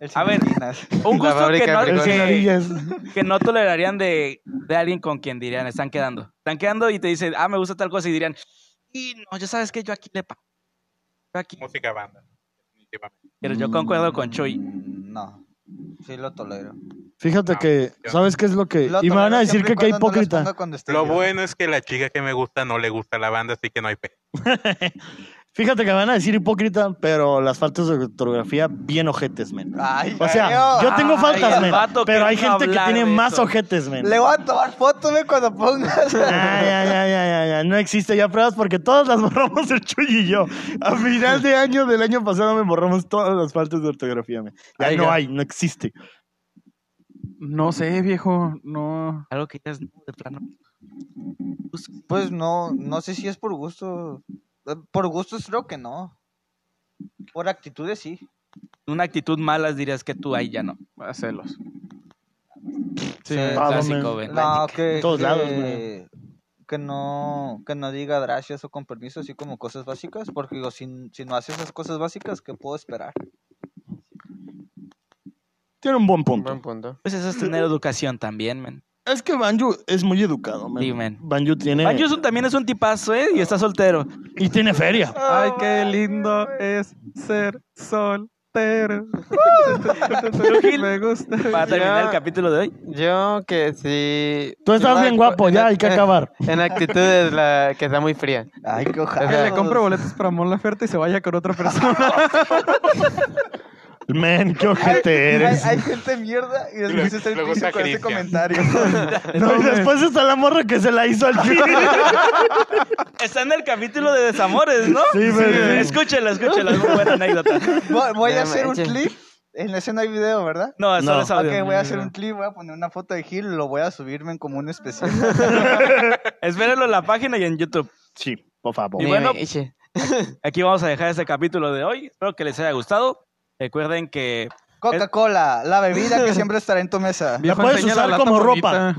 D: El
A: A ver,
D: Sinalinas.
A: Un
E: La
A: gusto
E: fábrica
A: que no,
E: de
B: El
E: Porque-
B: sin
A: que,
B: orillas.
A: que no tolerarían de, de alguien con quien dirían, están quedando. Están quedando y te dicen, ah, me gusta tal cosa. Y dirían, y no, ya sabes que yo aquí le pa. Yo aquí.
F: Música banda. definitivamente.
A: Pero yo concuerdo con Chuy.
D: Mm, No. Sí lo tolero.
B: Fíjate
F: No,
B: que,
F: yo-
B: ¿sabes qué es lo que?
D: Lo
B: Y me van
D: tolero
B: a decir que
D: siempre y
B: qué
D: cuando no las
B: hipócrita.
D: ponga cuando esté
F: Lo
D: yo.
F: bueno es que la chica que me gusta no le gusta la banda, así que no hay fe.
B: Fíjate que me van a decir hipócrita, pero las faltas de ortografía bien ojetes, men.
D: Ay,
B: O sea,
D: Leo.
B: yo tengo
A: Ay,
B: faltas,
A: el
B: men.
A: vato
B: Pero
A: que
B: hay
A: no
B: gente que
A: hablar
B: tiene
A: de
B: más
A: eso.
B: ojetes, men.
D: Le voy a tomar fotos güey, cuando pongas.
B: Ya, ya, ya, ya, ya, ya. No existe ya pruebas porque todas las borramos el Chuy y yo. A final de año del año pasado me borramos todas las faltas de ortografía. men. Ya
C: Ay,
B: no
C: ya.
B: hay, no existe.
C: No sé, viejo, no...
A: Algo que digas, no, de plano. Gusto.
D: Pues no, no sé si es por gusto. Eh, Por gustos creo que no. Por actitudes sí.
A: Una actitud mala dirías que tú ahí ya no.
C: A celos.
D: Sí,
B: Todo,
A: Clásico, ven.
B: men.
D: No, que,
B: Ah, En todos
D: que-
B: lados,
D: que no, que no diga gracias o con permiso, así como cosas básicas, porque digo, si, si no hace esas cosas básicas, ¿qué puedo esperar?
B: Tiene un buen punto.
E: Buen punto.
A: Pues eso es tener educación también, men.
B: Es que Banju es muy educado, men.
A: Sí, men.
B: Banju tiene...
A: Banjo es un- también es un tipazo, ¿eh? Y está soltero.
B: Y tiene feria.
C: Ay, qué lindo es ser soltero. Me gusta.
A: Para terminar
E: Ya.
A: el capítulo de hoy.
E: Yo que sí.
B: Tú estás
E: No,
B: bien
E: en-
B: guapo,
E: en
B: ya
E: act-
B: hay que
A: eh,
E: en-
B: acabar.
E: En actitudes la que está muy fría.
D: Ay, qué
C: Que
D: ojalá.
C: le compre boletos para Mon Laferte y se vaya con otra persona.
B: Men, qué ojete
D: Mira, hay,
B: eres.
D: hay gente mierda y después
F: Luego-
D: está el
F: luego
D: piso
F: está
D: con ese
F: Cristian.
D: comentario.
B: No, y después está la morra que se la hizo al chile.
A: Está en el capítulo de desamores, ¿no?
B: Sí, men.
A: Escúchelo, escúchelo. Es muy buena anécdota.
D: Voy, voy
E: No
D: a hacer un
E: manches.
D: clip. En ese no hay video, ¿verdad?
A: No, solo
B: No.
A: es audio.
D: Ok, voy a hacer un clip, voy a poner una foto de Gil, lo voy a subirme como un especial.
A: Espérenlo en la página y en YouTube.
B: Sí, por favor.
A: Y bueno,
E: Dime, Ichi.
A: Aquí vamos a dejar este capítulo de hoy. Espero que les haya gustado. Recuerden que
D: Coca-Cola, la bebida que siempre estará en tu mesa.
B: La puedes
C: enséñala
B: usar
C: la
B: como
C: tablita.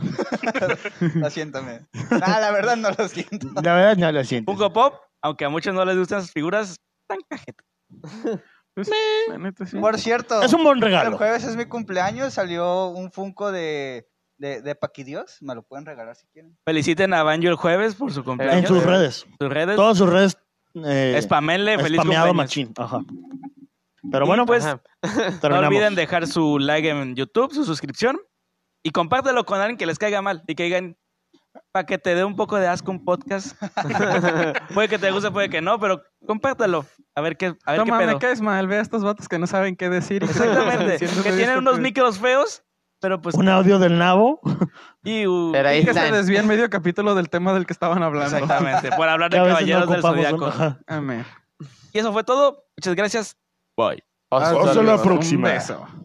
D: La siéntame. Ah, la verdad no lo siento.
B: La verdad no lo siento.
A: Funko Pop, aunque a muchos no les gustan sus figuras, tan cajeta.
C: Pues, la neta, sí.
D: Por cierto,
B: Es un buen
D: el
B: regalo.
D: jueves es mi cumpleaños, salió un Funko de, de, de Paquidios. Me lo pueden regalar si quieren.
A: Feliciten a Banjo el jueves por su
B: En
A: cumpleaños.
B: sus redes.
A: Sus redes.
B: Todas sus redes. Eh,
A: Spamenle, feliz
B: spameado
A: cumpleaños.
B: machín. Ajá. Pero
A: Y
B: bueno,
A: pues,
E: Ajá.
A: no
B: terminamos.
A: olviden dejar su like en YouTube, su suscripción. Y compártelo con alguien que les caiga mal. Y que digan, para que te dé un poco de asco un podcast. puede que te guste, puede que no, pero compártelo. A ver qué, a ver
C: Toma,
A: qué
C: me
A: pedo.
C: caes mal. Ve a estos vatos que no saben qué decir. y que están
A: Exactamente.
C: diciendo
A: que
C: de
A: tienen unos
C: estúpido.
A: micros feos, pero pues...
B: Un audio del nabo.
A: Y, uh,
E: Pero ahí
C: Que se
E: están.
C: desvían medio capítulo del tema del que estaban hablando.
A: Exactamente, por hablar de
B: Que a veces no
A: Caballeros del
B: ocupamos.
A: Zodiaco.
B: un- ajá.
C: Amén.
A: Y eso fue todo. Muchas gracias. Bye.
B: Hasta la
C: luego.
B: próxima.
C: Un beso.